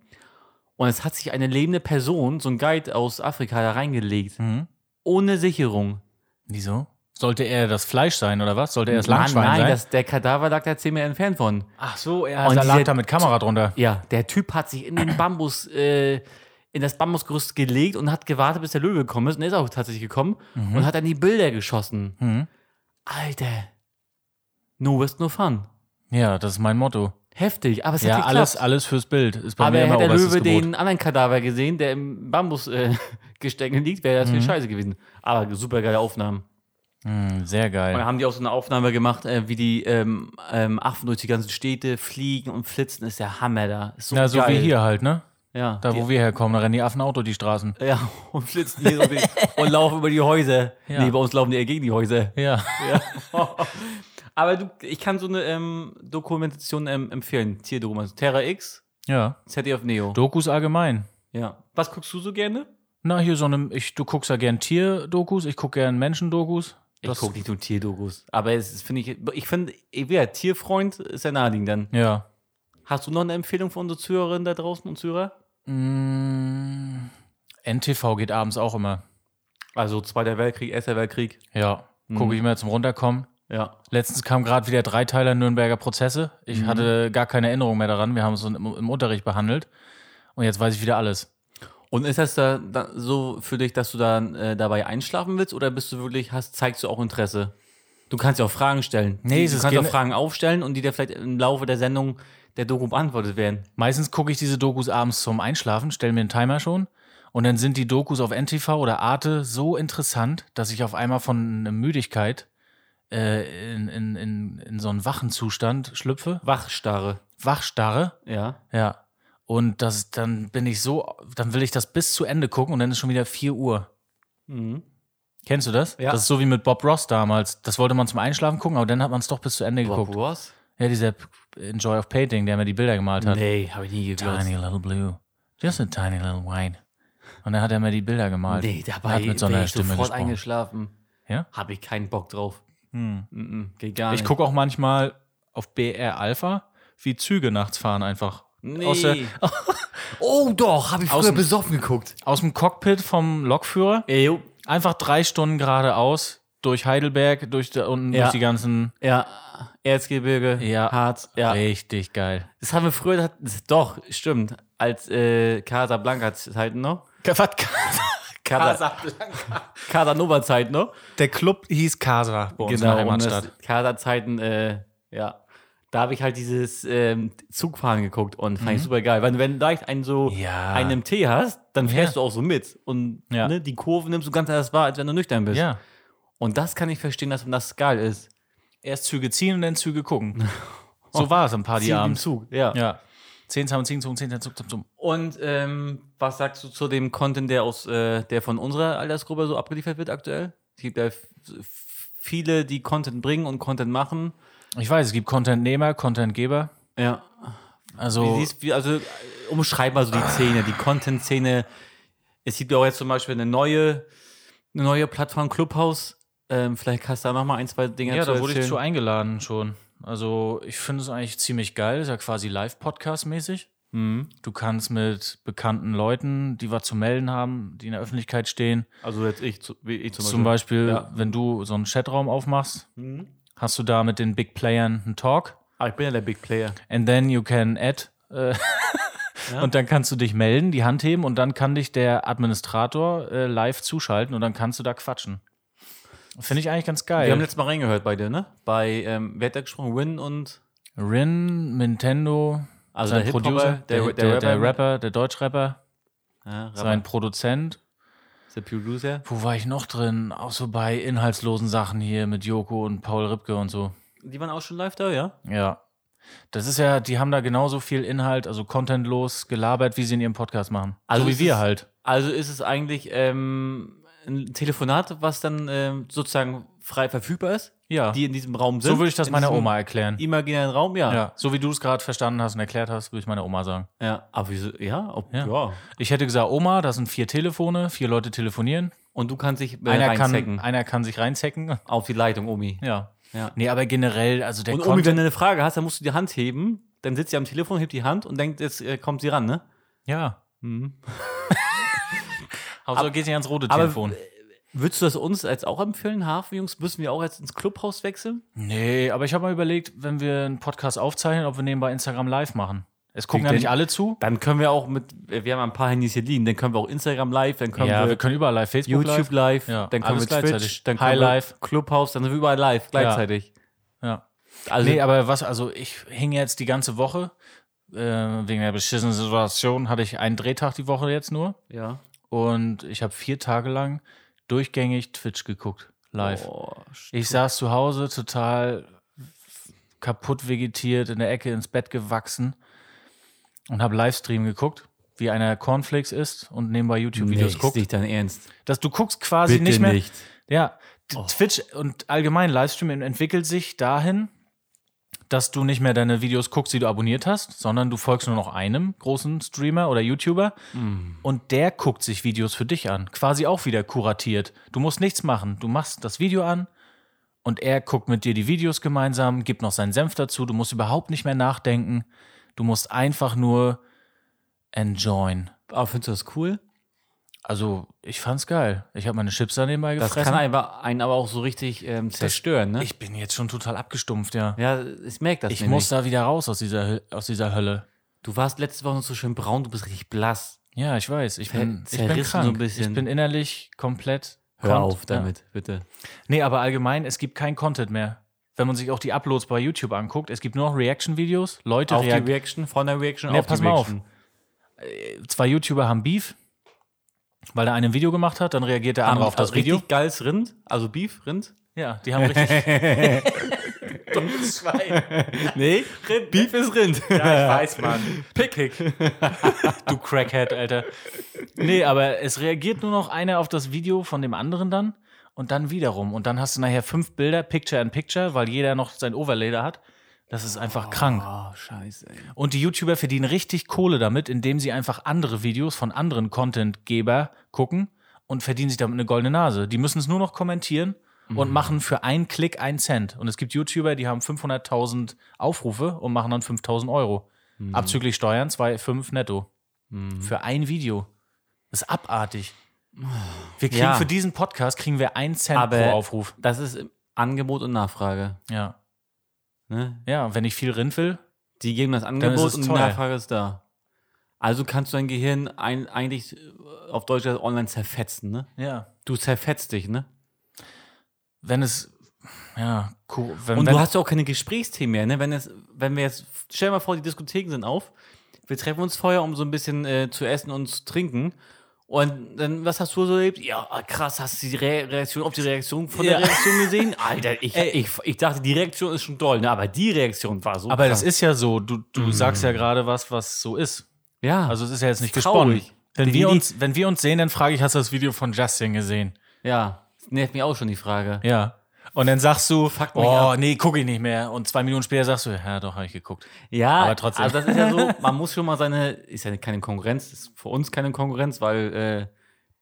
Und es hat sich eine lebende Person, so ein Guide aus Afrika, da reingelegt. Mhm. Ohne Sicherung. Wieso? Sollte er das Fleisch sein oder was? Sollte er das Langschwein nein, sein? Das, der Kadaver lag da 10 Meter entfernt von. Ach so, er Und und lag diese- da mit Kamera drunter. Ja, der Typ hat sich in den Bambus, äh, in das Bambusgerüst gelegt und hat gewartet, bis der Löwe gekommen ist. Und er ist auch tatsächlich gekommen und hat dann die Bilder geschossen. Mhm. Alter. No risk, no fun. Ja, das ist mein Motto. Heftig, aber es Ja, hat alles, geklappt. alles fürs Bild ist bei aber mir immer hätte der oberstes Löwe Gebot. den anderen Kadaver gesehen, der im Bambus äh, gesteckt liegt, wäre das Mhm. viel scheiße gewesen. Aber super geile Aufnahmen. Hm, sehr Und dann geil. haben die auch so eine Aufnahme gemacht, äh, wie die ähm, ähm, Affen durch die ganzen Städte fliegen und flitzen. Ist der Hammer da. Ist so Na, so geil. wie hier halt, ne? Ja, Da, die- wo wir herkommen, da rennen die Affen auch durch die Straßen. Ja, und flitzen hier so die, und laufen über die Häuser. Ja. Nee, bei uns laufen die eher gegen die Häuser. Ja. Aber du, ich kann so eine ähm, Dokumentation ähm, empfehlen. Tierdokumentation. Terra X, Ja. ZDF Neo. Dokus allgemein. ja. Was guckst du so gerne? Na, hier so einem, ich, du guckst ja gern Tier-Dokus, ich guck gern Menschen-Dokus. Ich Das- gucke nicht nur Tierdokus. Aber es ist, finde ich, ich finde, ich wäre Tierfreund, ist ja naheliegend dann. Ja. Hast du noch eine Empfehlung für unsere Zuhörerinnen da draußen und Zuhörer? Hm, NTV geht abends auch immer. Also Zweiter Weltkrieg, Erster Weltkrieg. Ja. Mhm. Gucke ich mir zum Runterkommen. Ja. Letztens kam gerade wieder Dreiteiler Nürnberger Prozesse. Ich hatte gar keine Erinnerung mehr daran. Wir haben es im, im Unterricht behandelt. Und jetzt weiß ich wieder alles. Und ist das da, da so für dich, dass du dann äh, dabei einschlafen willst oder bist du wirklich, hast, zeigst du auch Interesse? Du kannst ja auch Fragen stellen. Nee, Die- es du ist kannst auch gene- Fragen aufstellen und die dir vielleicht im Laufe der Sendung der Doku beantwortet werden. Meistens gucke ich diese Dokus abends zum Einschlafen, stelle mir einen Timer schon. Und dann sind die Dokus auf NTV oder Arte so interessant, dass ich auf einmal von einer Müdigkeit äh, in, in, in, in so einen wachen Zustand schlüpfe, Wachstarre. wachstarre. Ja. Ja. Und das, dann bin ich so, dann will ich das bis zu Ende gucken und dann ist schon wieder 4 Uhr. Mhm. Kennst du das? Ja. Das ist so wie mit Bob Ross damals. Das wollte man zum Einschlafen gucken, aber dann hat man es doch bis zu Ende geguckt. Bob Ross? Ja, dieser Enjoy of Painting, der mir die Bilder gemalt hat. Nee, habe ich nie gewusst. Tiny little blue. Just a tiny little white. Und dann hat er mir die Bilder gemalt. Nee, dabei Hat mit so einer bin ich Stimme sofort gesprochen. eingeschlafen. Ja? Hm. Habe ich keinen Bock drauf. Mm -mm, geht gar nicht. Ich gucke auch manchmal auf BR Alpha, wie Züge nachts fahren einfach. Nee. Aus, der, oh doch, habe ich früher Außen- besoffen geguckt. aus dem Cockpit vom Lokführer. Jo. Einfach drei Stunden geradeaus durch Heidelberg, durch da unten Ja. durch die ganzen. Ja, Erzgebirge, Ja. Harz. Ja. Richtig geil. Das haben wir früher, das, das, doch, stimmt, als äh, Casablanca-Zeiten noch. Casa, Casanova-Zeiten noch. Genau, Der Club hieß Casa bei uns in der und das Heimatstadt. Kaderzeiten, äh, ja. Da habe ich halt dieses ähm, Zugfahren geguckt und fand ich super geil. Weil wenn du leicht einen so Mhm. Ja. einen im Tee hast, dann fährst Ja. du auch so mit. Und Ja. ne, die Kurven nimmst du ganz anders wahr, als wenn du nüchtern bist. Ja. Und das kann ich verstehen, dass das geil ist. Erst Züge ziehen und dann Züge gucken. Oh, So war es am im Partyabend. Zug, ja. Ja. Zehn zusammen, zehn zum, zehn zum, zum, zum. Und ähm, was sagst du zu dem Content, der aus, äh, der von unserer Altersgruppe so abgeliefert wird aktuell? Es gibt ja f- f- viele, die Content bringen und Content machen. Ich weiß, es gibt Contentnehmer, Contentgeber. Ja. Wie Also siehst, wie, also äh, umschreib mal so die Szene, die Content-Szene. Es gibt ja auch jetzt zum Beispiel eine neue, eine neue Plattform Clubhouse. Ähm, vielleicht kannst du da noch mal ein, zwei Dinge Ja, zu da wurde ich erzählen. zu eingeladen schon. Also ich finde es eigentlich ziemlich geil. Ist ja quasi Live-Podcast-mäßig. Mhm. Du kannst mit bekannten Leuten, die was zu melden haben, die in der Öffentlichkeit stehen. Also jetzt ich, zu- wie ich zum, Zum Beispiel, Ja. wenn du so einen Chatraum aufmachst, Mhm. hast du da mit den Big Playern einen Talk. Ah, ich bin ja der Big Player. And then you can add. Äh, Ja. Und dann kannst du dich melden, die Hand heben und dann kann dich der Administrator äh, live zuschalten und dann kannst du da quatschen. Finde ich eigentlich ganz geil. Wir haben letztes Mal reingehört bei dir, ne? Bei, ähm, wer hat da gesprochen? Win und Rin, Nintendo, also sein der Hip-Hopper, Producer, der, der, der, der Rapper, der Deutschrapper, Ja, Rapper. sein Produzent. der Producer. Wo war ich noch drin? Auch so bei inhaltslosen Sachen hier mit Joko und Paul Ripke und so. Die waren auch schon live da, ja? Ja. Das ist ja, die haben da genauso viel Inhalt, also contentlos gelabert, wie sie in ihrem Podcast machen. Also so es wie wir ist- halt. Also ist es eigentlich ähm, ein Telefonat, was dann ähm, sozusagen frei verfügbar ist? Ja. die in diesem Raum sind. so würde ich das Ne? in meiner diesem Oma erklären. Imaginären Raum, ja. Ja. So wie du es gerade verstanden hast und erklärt hast, würde ich meiner Oma sagen. Ja, aber wieso? Ja, ob, ja. Ja. Ich hätte gesagt, Oma, das sind vier Telefone, vier Leute telefonieren. Und du kannst dich äh, Einer kann, reinstecken einer kann sich reinzecken. auf die Leitung, Omi. Ja. Ja. Nee, aber generell, also der Und Omi, wenn du eine Frage hast, dann musst du die Hand heben. Dann sitzt sie am Telefon, hebt die Hand und denkt, jetzt äh, kommt sie ran, ne? Ja. Mhm. Hauptsache geht nicht ans rote aber- Telefon. Würdest du das uns jetzt auch empfehlen, Hafenjungs? Müssen wir auch jetzt ins Clubhaus wechseln? Nee, aber ich habe mal überlegt, wenn wir einen Podcast aufzeichnen, ob wir nebenbei Instagram live machen. Es gucken Wie ja denn? nicht alle zu. Dann können wir auch mit, äh, wir haben ein paar Handys hier liegen, dann können wir auch Instagram live, dann können ja, wir, wir, können überall live, Facebook live. YouTube live, Ja, dann können alles wir Twitch, gleichzeitig. dann High können wir Live. Clubhaus, dann sind wir überall live gleichzeitig. Ja. Also nee, aber was, also ich hing jetzt die ganze Woche, äh, wegen der beschissenen Situation, hatte ich einen Drehtag die Woche jetzt nur. ja. Und ich habe vier Tage lang durchgängig Twitch geguckt, live. Oh, Ich saß zu Hause total kaputt vegetiert, in der Ecke ins Bett gewachsen und habe Livestream geguckt, wie einer Cornflakes isst und nebenbei YouTube-Videos nee, guckt. Ist nicht dein Ernst. Dass du guckst quasi nicht mehr. Ja, t- Oh. Twitch und allgemein Livestream entwickelt sich dahin, dass du nicht mehr deine Videos guckst, die du abonniert hast, sondern du folgst nur noch einem großen Streamer oder YouTuber Mm. und der guckt sich Videos für dich an. Quasi auch wieder kuratiert. Du musst nichts machen. Du machst das Video an und er guckt mit dir die Videos gemeinsam, gibt noch seinen Senf dazu. Du musst überhaupt nicht mehr nachdenken. Du musst einfach nur enjoyen. Aber findest du das cool? Also, ich fand's geil. Ich habe meine Chips da nebenbei Das gefressen. kann einen aber, einen aber auch so richtig ähm, zerstören, ne? Ich bin jetzt schon total abgestumpft, ja. ja, ich merke das ich nämlich. muss da wieder raus aus dieser, Hö- aus dieser Hölle. Du warst letzte Woche noch so schön braun, du bist richtig blass. Ja, ich weiß. Ich Zer- bin, ich bin zerrissen krank. so ein bisschen. Ich bin innerlich komplett. Hör kont- auf damit, bitte. Ja. Nee, aber allgemein, es gibt kein Content mehr. Wenn man sich auch die Uploads bei YouTube anguckt, es gibt nur noch Reaction-Videos. Leute Auf die reagieren. Reaction, von der Reaction, Nee, auf pass die mal auf. Reaction. Zwei YouTuber haben Beef, weil der eine ein Video gemacht hat, dann reagiert der Haben andere auf das also Video. Richtig geiles Rind, also Beef, Rind. Ja, die haben richtig. Nee, Rind. Beef ist Rind. Ja, ich weiß, Mann. Pickhick. du Crackhead, Alter. Nee, aber es reagiert nur noch einer auf das Video von dem anderen dann. und dann wiederum. Und dann hast du nachher fünf Bilder, Picture in Picture, weil jeder noch sein Overlay da hat. Das ist einfach krank. Oh, scheiße, ey. Und die YouTuber verdienen richtig Kohle damit, indem sie einfach andere Videos von anderen Contentgeber gucken und verdienen sich damit eine goldene Nase. Die müssen es nur noch kommentieren und Mhm. machen für einen Klick einen Cent. Und es gibt YouTuber, die haben 500.000 Aufrufe und machen dann 5.000 Euro. Mhm. Abzüglich Steuern 2,5 netto. Für ein Video. Das ist abartig. Wir kriegen Ja. für diesen Podcast kriegen wir einen Cent Aber- pro Aufruf. Das ist Angebot und Nachfrage. Ja. Ne? Ja, und wenn ich viel Rind will, Die geben das ist Angebot es und die teuer. Nachfrage ist da. Also kannst du dein Gehirn ein, eigentlich äh, auf Deutsch gesagt online zerfetzen, ne? ja. Du zerfetzt dich, ne? Wenn es, ja, cool. Wenn, Und wenn, du hast ja auch keine Gesprächsthemen mehr, ne? Wenn, es, wenn wir jetzt, stell dir mal vor, die Diskotheken sind auf, wir treffen uns vorher, um so ein bisschen äh, zu essen und zu trinken. Und dann, was hast du so erlebt? Ja, ah, krass, hast du die Re Reaktion auf die Reaktion von Ja. der Reaktion gesehen? Alter, ich, ich, ich dachte, die Reaktion ist schon toll, ne? Aber die Reaktion war so. aber krass. Mhm. das ist ja so, du, du sagst ja gerade was, was so ist. ja, Also es ist ja jetzt nicht Ist gesponnen. traurig. Wenn Die- wir, die- uns, wenn wir uns sehen, dann frage ich, hast du das Video von Justin gesehen? ja, das nervt mich auch schon die Frage. Ja. Und dann sagst du, Fuck mich oh, ab. nee, gucke ich nicht mehr. Und zwei Minuten später sagst du, ja, doch, habe ich geguckt. Ja, Aber trotzdem. Also das ist ja so, man muss schon mal seine, ist ja keine Konkurrenz, ist für uns keine Konkurrenz, weil äh,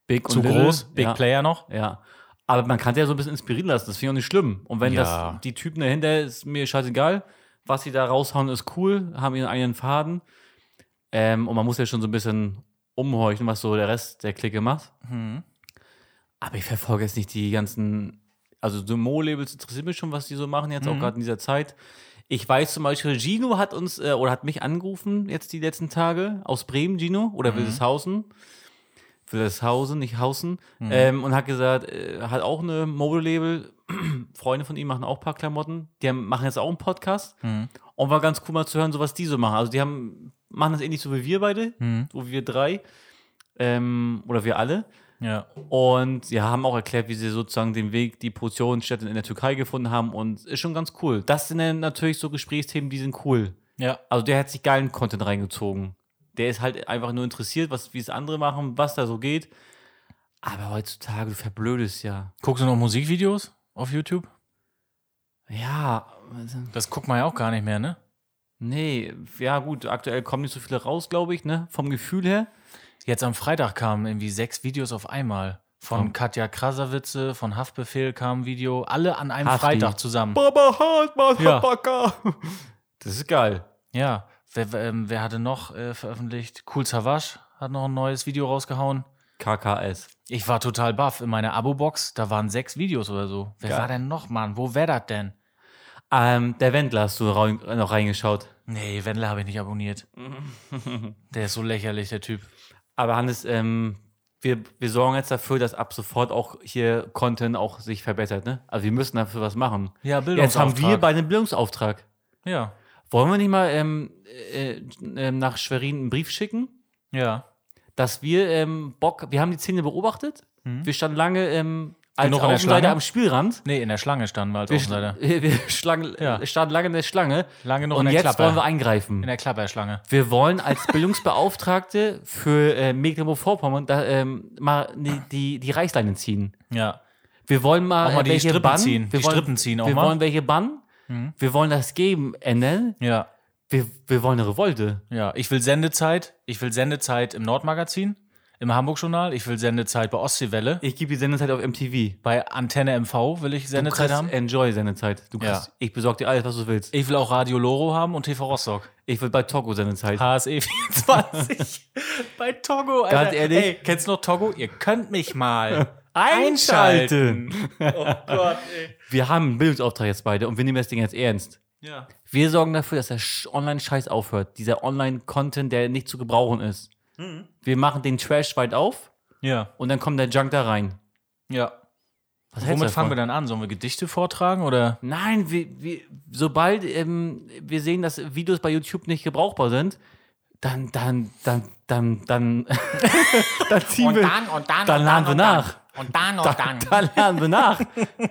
Big Zu und Little, groß, Big ja, Player noch. Ja. Aber man kann sich ja so ein bisschen inspirieren lassen, das finde ich auch nicht schlimm. Und wenn Ja. das, die Typen dahinter, ist mir scheißegal, was sie da raushauen, ist cool, haben ihren eigenen Faden. Ähm, und man muss ja schon so ein bisschen umhorchen, was so der Rest der Clique macht. Aber ich verfolge jetzt nicht die ganzen, also so Mo-Labels interessiert mich schon, was die so machen jetzt, auch gerade in dieser Zeit. Ich weiß zum Beispiel, Gino hat uns äh, oder hat mich angerufen jetzt die letzten Tage aus Bremen, Gino, oder Wildeshausen. Wildeshausen, nicht Hausen. Ähm, und hat gesagt, äh, hat auch eine Mode-Label. Freunde von ihm machen auch ein paar Klamotten. Die haben, machen jetzt auch einen Podcast. Und war ganz cool mal zu hören, so was die so machen. Also die haben, machen das ähnlich so wie wir beide, Mhm. so wie wir drei. Ähm, oder wir alle. Ja. Und ja, haben auch erklärt, wie sie sozusagen den Weg, die Produktionsstätte in der Türkei gefunden haben. Und ist schon ganz cool. Das sind dann natürlich so Gesprächsthemen, die sind cool. Ja. Also der hat sich geilen Content reingezogen. Der ist halt einfach nur interessiert, was, wie es andere machen, was da so geht. Aber heutzutage, du verblödest ja. Guckst du noch Musikvideos auf YouTube? Ja, also, Das guckt man ja auch gar nicht mehr, ne? nee, ja gut, aktuell kommen nicht so viele raus, glaube ich, ne? Vom Gefühl her. Jetzt am Freitag kamen irgendwie sechs Videos auf einmal. Von Katja Krasavitze, von Haftbefehl kam ein Video. Alle an einem Hafti. Freitag zusammen. Baba Hartmann, Ja. Das ist geil. Ja, wer, wer, ähm, wer hatte noch äh, veröffentlicht? Cool Savage hat noch ein neues Video rausgehauen. KKS. Ich war total baff in meiner Abo-Box. Da waren sechs Videos oder so. Wer Geil. war denn noch, Mann? Wo wär das denn? Ähm, der Wendler hast du rein, noch reingeschaut. Nee, Wendler habe ich nicht abonniert. der ist so lächerlich, der Typ. Aber Hannes, ähm, wir, wir sorgen jetzt dafür, dass ab sofort auch hier Content auch sich verbessert, ne? Also wir müssen dafür was machen. Ja, Jetzt haben wir Bildungsauftrag. beide einen Bildungsauftrag. Ja, Wollen wir nicht mal ähm, äh, äh, nach Schwerin einen Brief schicken? ja. dass wir ähm, Bock, wir haben die Szene beobachtet. Wir standen lange ähm, als Mhm. Genug an der Außenseiter Schlange? am Spielrand. Nee, in der Schlange standen wir als Wir, Außenseiter. wir schlangen, Ja. standen lange in der Schlange. Lange noch und in der jetzt Klappe. wollen wir In eingreifen. der Klapperschlange. Wir wollen als Bildungsbeauftragte für äh, Mecklenburg-Vorpommern da, ähm, mal die, die, die Reichsleine ziehen. Ja. Wir wollen mal, Auch mal äh, die welche Strippen bannen. ziehen. Wir Die wollen, Strippen ziehen auch wir mal. Mhm. wollen welche bannen. Wir wollen das geben, NL. Ja. Wir, wir wollen eine Revolte. Ja, ich will Sendezeit. Ich will Sendezeit im Nordmagazin, im Hamburg-Journal. Ich will Sendezeit bei Ostseewelle. Ich gebe die Sendezeit auf MTV. Bei Antenne MV will ich Sendezeit du kriegst haben. Enjoy Sendezeit. Du Ja. kriegst, Ich besorge dir alles, was du willst. Ich will auch Radio Loro haben und TV Rostock. E Ich will bei Togo seine Zeit. HSE 24 bei Togo. Alter. Ganz ehrlich? Ey, kennst du noch Togo? Ihr könnt mich mal Oh Gott, ey. Wir haben einen Bildungsauftrag jetzt beide und wir nehmen das Ding jetzt ernst. Ja. Wir sorgen dafür, dass der Sch- Online-Scheiß aufhört. Dieser Online-Content, der nicht zu gebrauchen ist. Mhm. Wir machen den Trash weit auf Ja. und dann kommt der Junk da rein. Ja. Was Womit fangen wir dann an? Sollen wir Gedichte vortragen oder? Nein, wir, wir, sobald ähm, wir sehen, dass Videos bei YouTube nicht gebrauchbar sind, dann, dann, dann, dann, dann, dann ziehen wir, und dann, dann laden wir nach. Und dann und Da, dann. da lernen wir nach.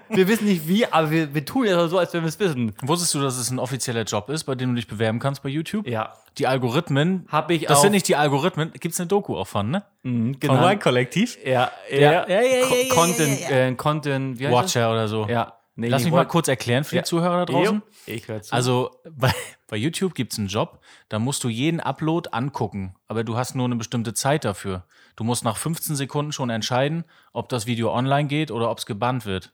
Wir wissen nicht wie, aber wir, wir tun ja so, als wenn wir es wissen. Wusstest du, dass es ein offizieller Job ist, bei dem du dich bewerben kannst bei YouTube? Ja. Die Algorithmen. Hab ich das auch- sind nicht die Algorithmen. Gibt es eine Doku auch von, ne? Von Y Kollektiv? Genau. Ja, Ja. ja, Ja, ja, ja, Co- ja, ja, Content, Äh, Content, wie heißt Watcher oder so. das? Ja. Nee, Lass nee, mich mal Watch- kurz erklären für die Ja. Zuhörer da draußen. Jo. Ich höre zu. Also bei, bei YouTube gibt es einen Job, da musst du jeden Upload angucken, aber du hast nur eine bestimmte Zeit dafür. Du musst nach 15 Sekunden schon entscheiden, ob das Video online geht oder ob es gebannt wird.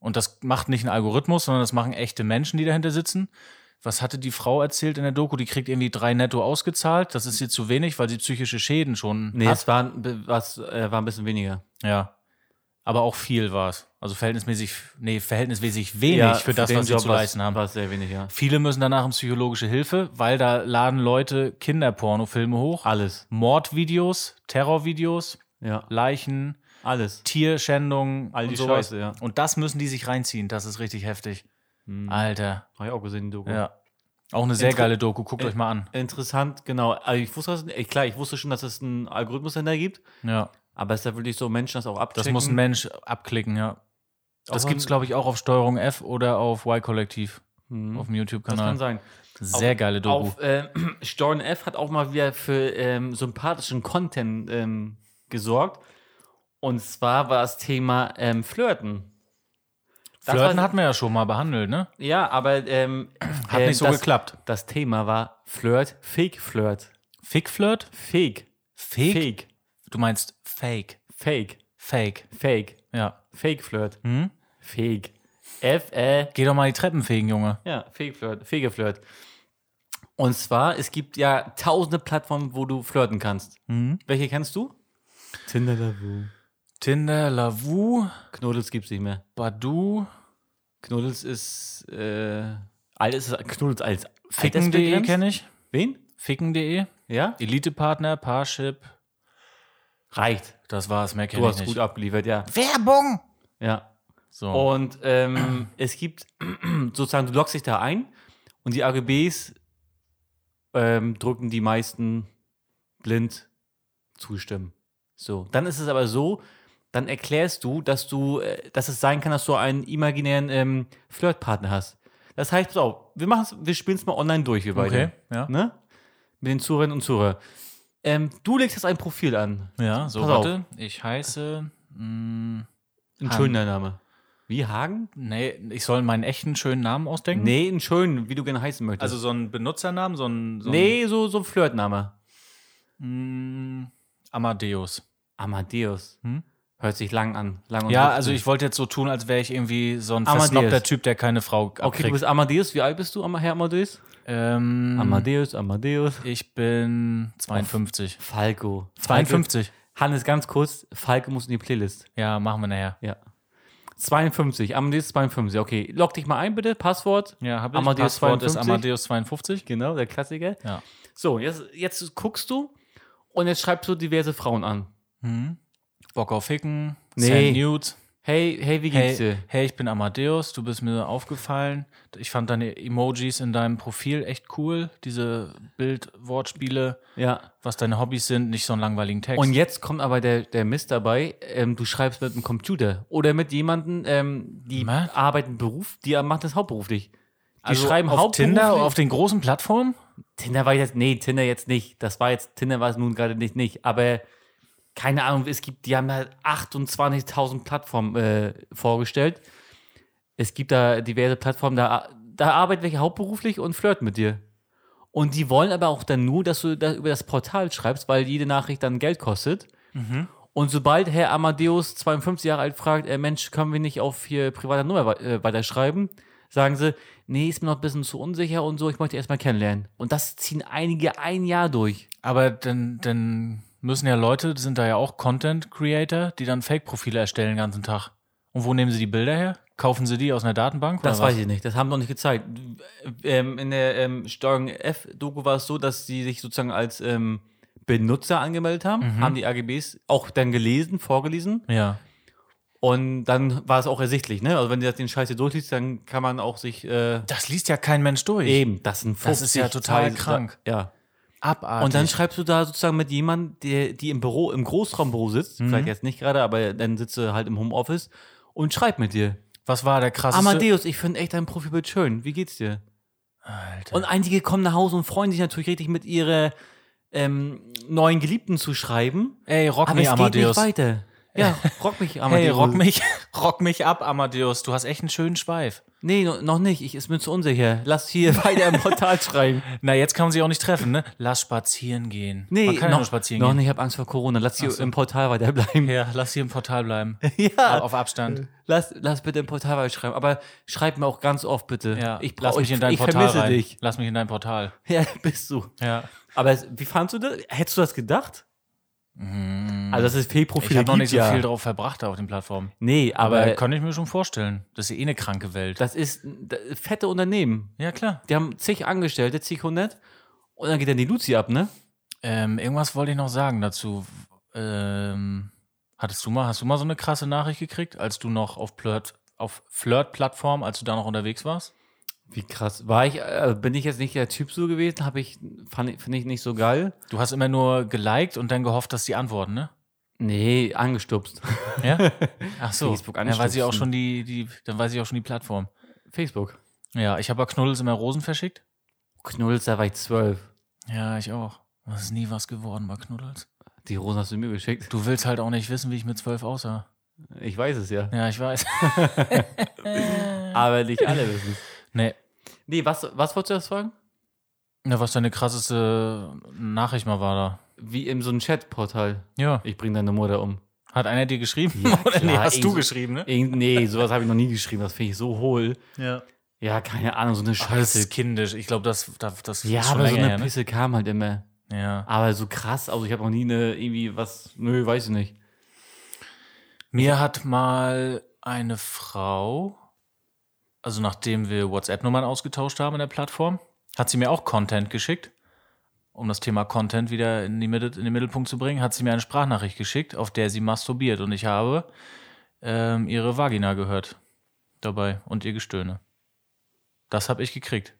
Und das macht nicht ein Algorithmus, sondern das machen echte Menschen, die dahinter sitzen. Was hatte die Frau erzählt in der Doku? Die kriegt irgendwie drei netto ausgezahlt. Das ist ihr zu wenig, weil sie psychische Schäden schon nee, hat. es war, ein bi- was, äh, war ein bisschen weniger. Ja. Aber auch viel war es. Also verhältnismäßig, nee, verhältnismäßig wenig Ja, Eh für das, den was sie Job zu war's- leisten haben. war's sehr wenig, ja. Viele müssen danach in psychologische Hilfe, weil da laden Leute Kinderpornofilme hoch. Alles. Mordvideos, Terrorvideos, Ja, Leichen, alles. Tierschändungen All die und sowas. Scheiße, ja. Und das müssen die sich reinziehen. Das ist richtig heftig. Hm. Alter. Habe ich auch gesehen, die Doku. Ja. Auch eine sehr Inter- geile Doku. Guckt euch mal an. Interessant, genau. Also ich wusste, das nicht. klar, ich wusste schon, dass es einen Algorithmus dahinter gibt, Ja. aber es ist da wirklich so Menschen das auch abchecken. Das muss ein Mensch abklicken, ja. Das Aber- gibt's, glaube ich, auch auf Steuerung F oder auf Y-Kollektiv. Hm. Auf dem Das kann YouTube-Kanal. sein. Sehr geile ne? Doku. Auf äh, Storn F hat auch mal wieder für ähm, sympathischen Content ähm, gesorgt. Und zwar war das Thema ähm, Flirten. Das Flirten war- hatten wir ja schon mal behandelt, ne? Ja, aber ähm, Hat ähm, nicht so das, geklappt. Das Thema war Flirt, Fake Flirt. Fickflirt? Fake. Fake? Fake. Du meinst Fake. Fake. Fake. Fake. Ja. Fake Flirt. Hm? Fake. F, äh, Geh doch mal die Treppen fegen, Junge. Ja, Fegeflirt, Fegeflirt. Und zwar, es gibt ja tausende Plattformen, wo du flirten kannst. Welche kennst du? Hm? Tinder Lavu. Tinder, Lavu, Knuddels gibt's nicht mehr. Badu, Knuddels ist, äh, alles ist Knuddels als Ficken.de kenne E ich. Wen? Ficken.de, Ja? E, Elite-Partner, Parship. Reicht. Das war's, mehr Du kenne ich hast nicht. gut Oh, abgeliefert, ja. Werbung! Ja. so. Und ähm, es gibt sozusagen, du loggst dich da ein und die AGBs ähm, drücken die meisten blind zustimmen. So, dann ist es aber so, dann erklärst du, dass du, äh, dass es sein kann, dass du einen imaginären ähm, Flirtpartner hast. Das heißt, pass auf, wir machen's, wir spielen es mal online durch, wir beide. Okay, ja. Ne? Mit den Zuhörern und Zuhörern. Ähm, du legst jetzt ein Profil an. Ja, so, Pass auf. warte. Ich heiße. Mh, Ein Hagen. schöner Name. Wie Hagen? nee, ich soll meinen echten schönen Namen ausdenken? Nee, ein schönen, wie du gerne heißen möchtest. Also so einen Benutzernamen, so einen. So nee, so, so ein Flirtname. einen, Hm, mh, Amadeus. Amadeus. Hm? Hört sich lang an. Lang und Ja, lustig. also ich wollte jetzt so tun, als wäre ich irgendwie so ein Amadeus. versnobter Typ, der keine Frau abkriegt. Okay, du bist Amadeus. Wie alt bist du, Am- Herr Amadeus? ähm, Amadeus, Amadeus. Ich bin 52. Falco. 52. Falco. Hannes, ganz kurz. Falco muss in die Playlist. Ja, machen wir nachher. Ja. 52. Amadeus 52. Okay, log dich mal ein, bitte. Passwort. Ja, habe ich. Amadeus Passwort ist 52. Amadeus 52. Genau, der Klassiker. Ja. So, jetzt, jetzt guckst du und jetzt schreibst du diverse Frauen an. Bock auf Hicken. Nee. Send Nudes. Hey, hey, wie geht's Hey, dir? hey, ich bin Amadeus, du bist mir aufgefallen. Ich fand deine Emojis in deinem Profil echt cool. Diese Bildwortspiele, Ja. was deine Hobbys sind, nicht so einen langweiligen Text. Und jetzt kommt aber der, der Mist dabei, ähm, du schreibst mit einem Computer oder mit jemandem, ähm, die Was? arbeiten Beruf, die machen das hauptberuflich. Die also schreiben auf Tinder, hauptberuflich- auf den großen Plattformen? Tinder war jetzt, nee, Tinder jetzt nicht. Das war jetzt, Tinder war es nun gerade nicht, nicht. Aber keine Ahnung, es gibt, die haben halt 28.000 Plattformen äh, vorgestellt. Es gibt da diverse Plattformen, da, da arbeiten welche hauptberuflich und flirten mit dir. Und die wollen aber auch dann nur, dass du da über das Portal schreibst, weil jede Nachricht dann Geld kostet. Und sobald Herr Amadeus, 52 Jahre alt, fragt, äh, Mensch, können wir nicht auf hier privater Nummer wei- äh, weiterschreiben? Sagen sie, nee, ist mir noch ein bisschen zu unsicher und so, ich möchte erstmal kennenlernen. Und das ziehen einige ein Jahr durch. Aber dann, dann müssen ja Leute, sind da ja auch Content Creator, die dann Fake-Profile erstellen den ganzen Tag. Und wo nehmen sie die Bilder her? Kaufen sie die aus einer Datenbank? Das oder was? weiß ich nicht, das haben wir noch nicht gezeigt. Ähm, in der ähm, Steuerung F-Doku war es so, dass sie sich sozusagen als ähm, Benutzer angemeldet haben, haben die AGBs auch dann gelesen, vorgelesen. Ja. Und dann war es auch ersichtlich, ne? Also wenn du den Scheiß hier durchliest, dann kann man auch sich äh, Das liest ja kein Mensch durch. Eben, das sind 50 Das ist ja total Zeilen. krank. Ja. Abartig. Und dann schreibst du da sozusagen mit jemandem, der, die im Büro, im Großraumbüro sitzt, vielleicht jetzt nicht gerade, aber dann sitzt du halt im Homeoffice und schreib mit dir. was war der krasseste? Amadeus, ich finde echt dein Profilbild schön. Wie geht's dir? Alter. Und einige kommen nach Hause und freuen sich natürlich richtig mit ihrer ähm, neuen Geliebten zu schreiben. Ey, rock Aber mich, es Amadeus. geht nicht weiter. Ja, rock mich, Amadeus. Hey, rock mich, rock mich ab, Amadeus. Du hast echt einen schönen Schweif. Nee, no, noch nicht. Ich ist mir zu unsicher. Lass hier weiter im Portal schreiben. Na, jetzt kann man sich auch nicht treffen, ne? Lass spazieren gehen. Nee, man kann ja noch, nur spazieren noch gehen. nicht. Ich habe Angst vor Corona. Lass hier Ach so. im Portal weiterbleiben. Ja, lass hier im Portal bleiben. Ja, Auf Abstand. lass, lass bitte im Portal weiter schreiben. Aber schreib mir auch ganz oft bitte. Ja, ich brauch, lass mich ich, in dein ich Portal vermisse rein. dich. Lass mich in dein Portal. Ja, bist du. Ja. Aber es, wie fandst du das? Hättest du das gedacht? Also, das ist Ich Fehlprofil. habe noch nicht so viel drauf verbracht auf den Plattformen. Nee, Aber, aber kann ich mir schon vorstellen. Das ist ja eh eine kranke Welt. das ist ein- das- fette Unternehmen. ja, klar. Die haben zig Angestellte, zig hundert. Und dann geht dann die Luzi ab, ne? Ähm, irgendwas wollte ich noch sagen dazu. Ähm, hattest du mal, hast du mal so eine krasse Nachricht gekriegt, als du noch auf Flirt, auf Flirt-Plattform, als du da noch unterwegs warst? Wie krass. War ich, äh, bin ich jetzt nicht der Typ so gewesen? Hab ich, fand ich, finde ich nicht so geil. Du hast immer nur geliked und dann gehofft, dass die antworten, ne? Nee, angestupst. Ja? Ach so. Facebook dann weiß ich auch anstupsen. schon die, die, dann weiß ich auch schon die Plattform. Facebook. Ja, ich habe Knuddels immer Rosen verschickt. Knuddels, da war ich zwölf. Ja, ich auch. Das ist nie was geworden bei Knuddels. Die Rosen hast du mir geschickt. Du willst halt auch nicht wissen, wie ich mit zwölf aussah. Ich weiß es ja. Ja, ich weiß. Aber nicht alle wissen es. nee. Nee, was, was wolltest du das fragen? Na, was deine krasseste Nachricht mal war da? Wie in so einem Chatportal. Ja. Ich bring deine Mutter um. Hat einer dir geschrieben? Ja, Oder nee, klar, hast du irgendwie- geschrieben, ne? Irgend, nee, sowas habe ich noch nie geschrieben. Das finde ich so hohl. Ja. Ja, keine Ahnung, so eine Das Scheiße. ist kindisch. Ich glaube, das, das, das ja, ist schon aber so länger eine her, ne? Pisse kam halt immer. Ja. Aber so krass, also ich habe noch nie eine irgendwie was. Nö, weiß ich nicht. Mir hat mal eine Frau, also nachdem wir WhatsApp-Nummern ausgetauscht haben in der Plattform, hat sie mir auch Content geschickt. Um das Thema Content wieder in, die Mitte, in den Mittelpunkt zu bringen, hat sie mir eine Sprachnachricht geschickt, auf der sie masturbiert. Und ich habe ähm, ihre Vagina gehört dabei und ihr Gestöhne. Das habe ich gekriegt.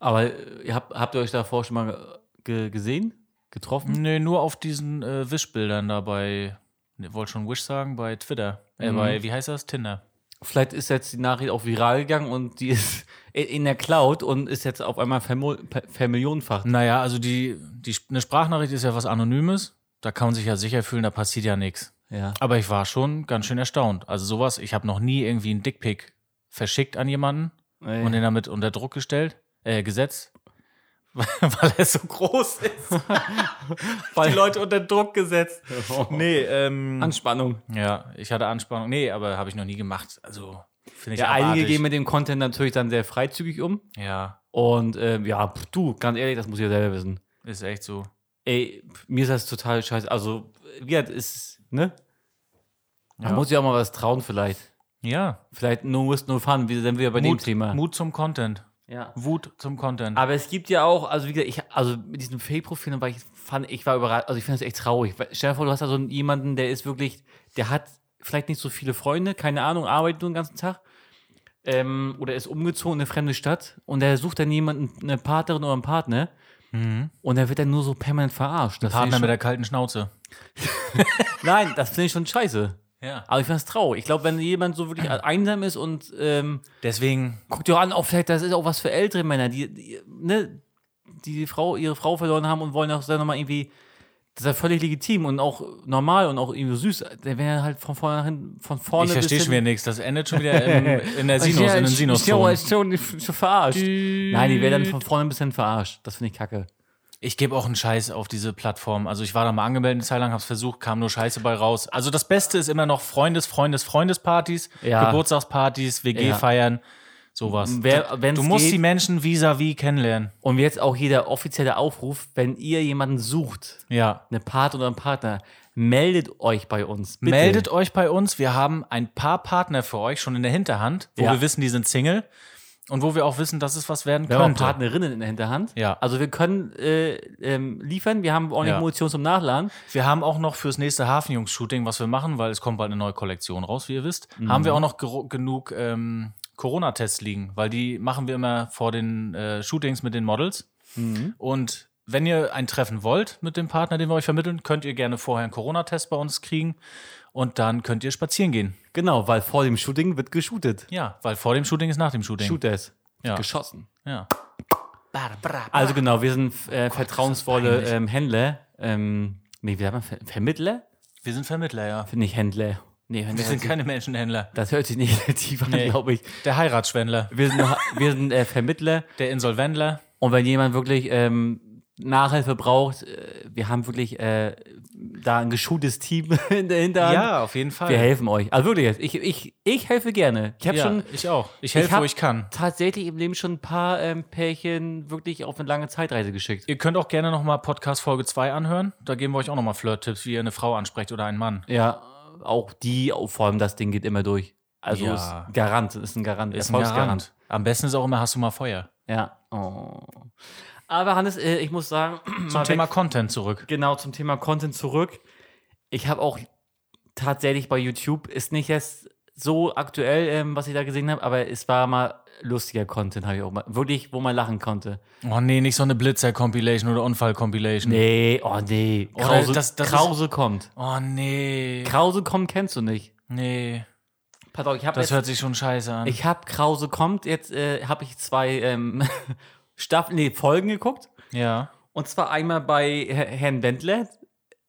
Aber äh, ihr habt, habt ihr euch davor schon mal äh, ge gesehen? Getroffen? Nee, nur auf diesen äh, Wish-Bildern da bei, ne, wollte schon Wish sagen, bei Twitter. Äh, Mhm. bei, wie heißt das? Tinder. Vielleicht ist jetzt die Nachricht auch viral gegangen und die ist in- in der Cloud und ist jetzt auf einmal vermo- per- vermillionenfach. Naja, also die, die, eine Sprachnachricht ist ja was Anonymes. Da kann man sich ja sicher fühlen, da passiert ja nichts. Ja. Aber ich war schon ganz schön erstaunt. Also sowas, ich habe noch nie irgendwie einen Dickpick verschickt an jemanden Ey. und den damit unter Druck gestellt, äh, gesetzt, weil er so groß ist. weil die Leute unter Druck gesetzt. Nee, ähm. Anspannung. ja, ich hatte Anspannung. Nee, aber habe ich noch nie gemacht. Also finde ich Ja, einige abartig. gehen mit dem Content natürlich dann sehr freizügig um. Ja, Und ähm, ja, pf, du, ganz ehrlich, das muss ich ja selber wissen. ist echt so. Ey, pf, mir ist das total scheiße. Also, wie gesagt, ist, ne? Man Ja. muss ja auch mal was trauen, vielleicht. Ja, Vielleicht no risk, no fun. Wir sind wieder bei dem Mut, Thema. Mut zum Content. Ja. Wut zum Content. Aber es gibt ja auch, also wie gesagt, ich, also mit diesem Fake-Profil, weil ich fand, ich war überrascht, also ich finde das echt traurig. Weil, stell dir vor, du hast da so einen- jemanden, der ist wirklich, der hat vielleicht nicht so viele Freunde, keine Ahnung, arbeitet nur den ganzen Tag ähm, oder ist umgezogen in eine fremde Stadt und der sucht dann jemanden, eine Partnerin oder einen Partner und der wird dann nur so permanent verarscht. Das Partner mit finde der kalten Schnauze. ich schon, Nein, das finde ich schon scheiße. Ja. Aber ich finde das traurig. Ich glaube, wenn jemand so wirklich einsam ist und ähm, Deswegen, Guckt ihr an, auch vielleicht, das ist auch was für ältere Männer, die, die, ne, die, die Frau, ihre Frau verloren haben und wollen auch dann nochmal irgendwie. Das ist ja völlig legitim und auch normal und auch irgendwie süß. Der wäre halt von vorne, von vorne ich verstehe bis schon wieder nichts. Das endet schon wieder im, in der Sinus, in den Sinus. schon, schon verarscht. Nein, die wäre dann von vorne ein bisschen verarscht. Das finde ich kacke. Ich gebe auch einen Scheiß auf diese Plattform. Also ich war da mal angemeldet eine Zeit lang, hab's versucht, kam nur Scheiße bei raus. Also das Beste ist immer noch Freundes, Freundes, Freundespartys, Ja. Geburtstagspartys, Ja. WG-Feiern, sowas. Wer- wenn's du musst geht- die Menschen vis-à-vis kennenlernen. Und jetzt auch jeder offizielle Aufruf, wenn ihr jemanden sucht, Ja. eine Partner oder einen Partner, meldet euch bei uns. Bitte. Meldet euch bei uns. Wir haben ein paar Partner für euch schon in der Hinterhand, wo Ja. wir wissen, die sind Single und wo wir auch wissen, dass es was werden Wir haben auch könnte. Partnerinnen in der Hinterhand. Ja. Also wir können äh, ähm, liefern, wir haben ordentlich Ja. Munition zum Nachladen. Wir haben auch noch fürs nächste Hafenjungs-Shooting, was wir machen, weil es kommt bald eine neue Kollektion raus, wie ihr wisst, haben wir auch noch gero- genug ähm, Corona-Tests liegen, weil die machen wir immer vor den äh, Shootings mit den Models. Und wenn ihr ein Treffen wollt mit dem Partner, den wir euch vermitteln, könnt ihr gerne vorher einen Corona-Test bei uns kriegen und dann könnt ihr spazieren gehen. Genau, weil vor dem Shooting wird geshootet. Ja, weil vor dem Shooting ist nach dem Shooting. Shooters. Ja. Geschossen. Ja. Also genau, wir Oh sind äh, vertrauensvolle ähm, Händler. Ähm, nee, wie sagt man? Ver Vermittler? Wir sind Vermittler, ja. Nicht Händler. Nee, Händler. Wir sind keine Menschenhändler. das hört sich negativ an, Nee. glaube ich. Der Heiratsschwendler, Wir sind, wir sind äh, Vermittler. der Insolventler. Und wenn jemand wirklich ähm, Nachhilfe braucht, äh, wir haben wirklich äh, da ein geschultes Team in der Hinterhand. auf jeden Fall. Wir helfen euch. Also wirklich, jetzt, ich, ich, ich helfe gerne. Ich habe ja, schon ich auch. Ich helfe, Ich hab- wo ich kann. tatsächlich im Leben schon ein paar ähm, Pärchen wirklich auf eine lange Zeitreise geschickt. Ihr könnt auch gerne nochmal Podcast Folge 2 anhören. Da geben wir euch auch nochmal Flirt-Tipps, wie ihr eine Frau ansprecht oder einen Mann. Ja, Äh, auch die, auch vor allem das Ding geht immer durch. Also Ja. ist Garant, ist ein Garant, Ist ein Garant. Am besten ist auch immer, hast du mal Feuer. Ja. Oh. Aber Hannes, äh, ich muss sagen, Zum Thema Content zurück. genau zum Thema Content zurück. Ich habe auch tatsächlich bei YouTube ist nicht erst so aktuell, ähm, was ich da gesehen habe, aber es war mal lustiger Content, habe ich auch mal wirklich, wo man lachen konnte. Oh nee, nicht so eine Blitzer-Compilation oder Unfall-Compilation. Nee, oh nee, Oder Krause, das- das ist- Krause kommt. Oh nee. Krause kommt kennst du nicht. Nee. Pass auf, ich habe Das hört sich schon scheiße an. Ich habe Krause kommt, jetzt äh, habe ich zwei ähm, Staffeln, nee, Folgen geguckt. ja. Und zwar einmal bei H- Herrn Wendler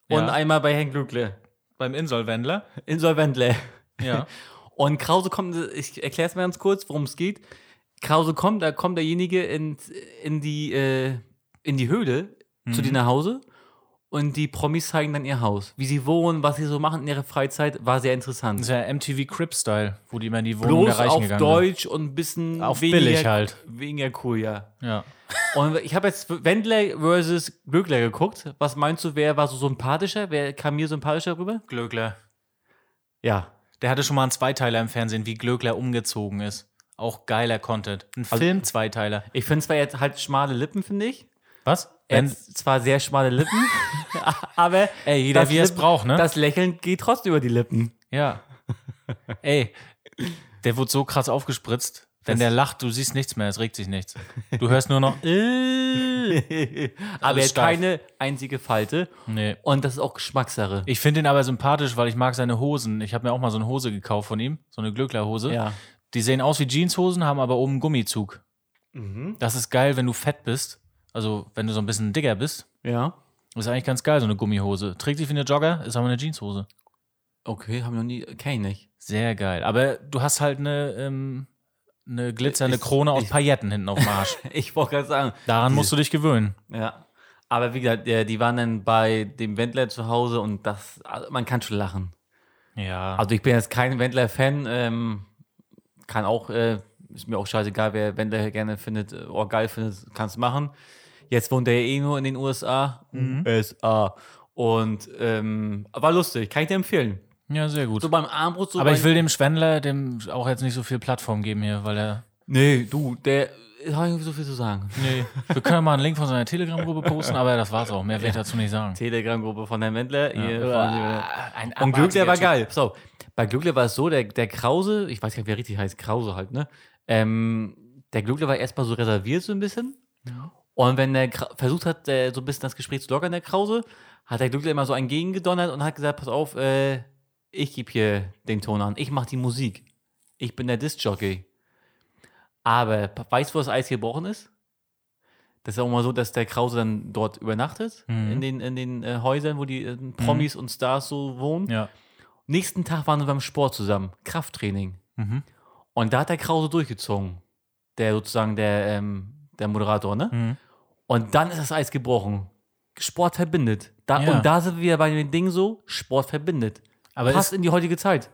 und Ja. einmal bei Herrn Glückle. Beim Insolventler? Insolventler. Ja. Und Krause kommt, ich erkläre es mal ganz kurz, worum es geht. Krause kommt, da kommt derjenige in, in, die, äh, in die Höhle zu Mhm. dir nach Hause und die Promis zeigen dann ihr Haus. Wie sie wohnen, was sie so machen in ihrer Freizeit, war sehr Das interessant. ist ja MTV Crip-Style, wo die immer in die Wohnung Bloß der Reichen auf gegangen ne? Deutsch und ein bisschen Auf weniger, billig halt. weniger cool, ja. sind. Ja. Und ich habe jetzt Wendler versus Glückler geguckt. Was meinst du, wer war so sympathischer? Wer kam mir sympathischer rüber? Glöckler. Ja. Der hatte schon mal einen Zweiteiler im Fernsehen, wie Glöckler umgezogen ist. Auch geiler Content. Ein Also- Film-Zweiteiler. Ich finde zwar jetzt halt schmale Lippen, finde ich. Was? Er Wenn, hat zwar sehr schmale Lippen, aber ey, jeder das wie er es Lippen- braucht, ne? das Lächeln geht trotzdem über die Lippen. ja. ey, der wurde so krass aufgespritzt. Wenn Das- der lacht, du siehst nichts mehr, es regt sich nichts. Du hörst nur noch, Äh. aber er hat steif. keine einzige Falte. nee. Und das ist auch Geschmackssache. Ich finde ihn aber sympathisch, weil ich mag seine Hosen. Ich habe mir auch mal so eine Hose gekauft von ihm, so eine Glöcklerhose. Ja. Die sehen aus wie Jeanshosen, haben aber oben einen Gummizug. Mhm. Das ist geil, wenn du fett bist. Also, wenn du so ein bisschen dicker bist. Ja. Ist eigentlich ganz geil, so eine Gummihose. Trägt sich wie eine Jogger, ist aber eine Jeanshose. Okay, haben wir noch nie. Kenn ich nicht. Sehr geil. Aber du hast halt eine, ähm, eine glitzernde Ich- Krone aus ich- Pailletten hinten auf dem Arsch. Ich wollte gerade sagen, Daran musst du dich gewöhnen. Ja. Aber wie gesagt, äh, die waren dann bei dem Wendler zu Hause und das, also man kann schon lachen. Ja. Also ich bin jetzt kein Wendler-Fan, ähm, kann auch, äh, ist mir auch scheißegal, wer Wendler gerne findet, äh, oh, geil findet, kann es machen. Jetzt wohnt er ja eh nur in den USA. Mhm. USA. Und ähm, war lustig, kann ich dir empfehlen. ja, sehr gut. So beim Armbrot, so aber beim, ich will dem Schwendler dem auch jetzt nicht so viel Plattform geben hier, weil er. Nee, du, der hat nicht so viel zu sagen. Nee. Wir können ja mal einen Link von seiner Telegram-Gruppe posten, aber das war's auch. Mehr will ich dazu nicht sagen. Telegram-Gruppe von Herrn Wendler. Ihr Ah, ein Und Glückler abartiger war Typ. geil. So, bei Glückler war es so, der, der Krause, ich weiß gar nicht, wer richtig heißt, Krause halt, ne? Ähm, der Glückler war erstmal so reserviert, so ein bisschen. Und wenn der Kra- versucht hat, äh, so ein bisschen das Gespräch zu lockern, der Krause, hat der Glückler immer so einen gegengedonnert und hat gesagt: Pass auf, äh, ich gebe hier den Ton an, ich mache die Musik. Ich bin der Disc-Jockey. Aber pa- weißt du, wo das Eis gebrochen ist? Das ist auch mal so, dass der Krause dann dort übernachtet, Mhm. in den, in den äh, Häusern, wo die äh, Promis und Stars so wohnen. Ja. Nächsten Tag waren wir beim Sport zusammen, Krafttraining. Mhm. Und da hat der Krause durchgezogen. Der sozusagen der, ähm, der Moderator, ne? Mhm. Und dann ist das Eis gebrochen. Sport verbindet. Da, Ja. Und da sind wir wieder bei dem Ding so, Sport verbindet. Aber Passt ist, in die heutige Zeit.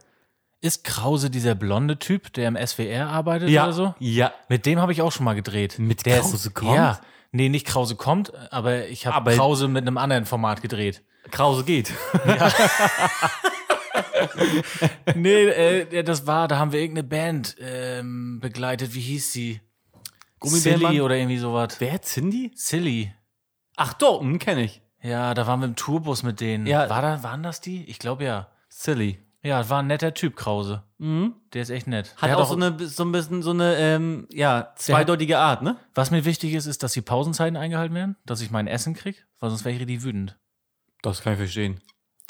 ist Krause dieser blonde Typ, der im SWR arbeitet oder so? ja. Mit dem habe ich auch schon mal gedreht. Mit Krause kommt? Ja. Nee, nicht Krause kommt, aber ich habe Aber- Krause mit einem anderen Format gedreht. Krause geht. Nee, äh, ja, das war, da haben wir irgendeine Band ähm, begleitet. Wie hieß sie? Gummibärmann? Silly oder irgendwie sowas. Wer? Cindy? Silly. Ach, Dortmund kenne ich. Ja, da waren wir im Tourbus mit denen. Ja. War da, waren das die? Ich glaube ja. Silly. Ja, war ein netter Typ, Krause. Mhm. Der ist echt nett. Hat, der auch, so, eine, so ein bisschen so eine ähm, ja, zweideutige Art, ne? was mir wichtig ist, ist, dass die Pausenzeiten eingehalten werden, dass ich mein Essen kriege, weil sonst wäre ich richtig wütend. Das kann ich verstehen.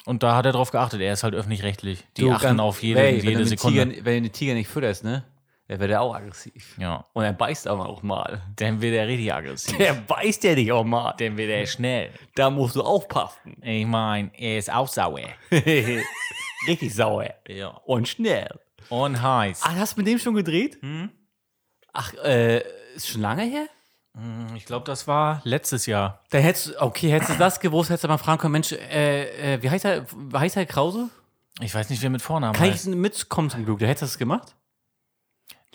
Und da hat er drauf geachtet. Er ist halt öffentlich-rechtlich. Die Du, achten ganz- auf jede, Ey, wenn du jede den Sekunde. Tiger, wenn du den Tiger nicht fütterst, ne? Dann wird er auch aggressiv. ja. Und er beißt aber auch mal. Dann wird er richtig aggressiv. Der beißt ja dich auch mal. Dann wird er schnell. Da musst du aufpassen. Ich meine, er ist auch sauer. Richtig sauer. Ja. Und schnell. Und heiß. Ach, hast du mit dem schon gedreht? Ach, äh, ist schon lange her? Ich glaube, das war letztes Jahr. Da hättest du, okay, hättest du das gewusst, hättest du mal fragen können, Mensch, äh, äh, wie heißt er, wie heißt er Krause? Ich weiß nicht, wer mit Vornamen Kann heißt. ich mitkommen zum Glück? Da hättest du das gemacht?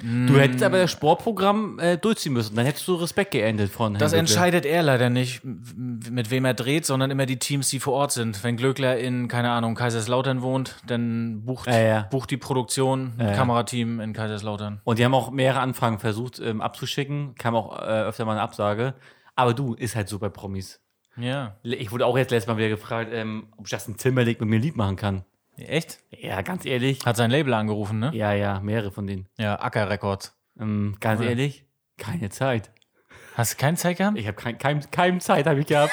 Mm. Du hättest aber das Sportprogramm äh, durchziehen müssen. Dann hättest du Respekt geerntet von Das Herrn Glückler. entscheidet er leider nicht, m- m- mit wem er dreht, sondern immer die Teams, die vor Ort sind. Wenn Glöckler in, keine Ahnung, Kaiserslautern wohnt, dann bucht, Ja, ja. bucht die Produktion ein ja. Kamerateam in Kaiserslautern. Und die haben auch mehrere Anfragen versucht ähm, abzuschicken. Kam auch äh, öfter mal eine Absage. Aber du, ist halt so bei Promis. Ja. Le- Ich wurde auch jetzt letztes Mal wieder gefragt, ähm, ob Justin Timberlake mit mir ein Lied machen kann. Echt? Ja, ganz ehrlich. Hat sein Label angerufen, ne? Ja, ja, mehrere von denen. Ja, Acker Records. Ähm, ganz Ja. ehrlich, keine Zeit. Hast du keinen Zeit gehabt? Ich habe kein, kein, kein Zeit, habe ich gehabt.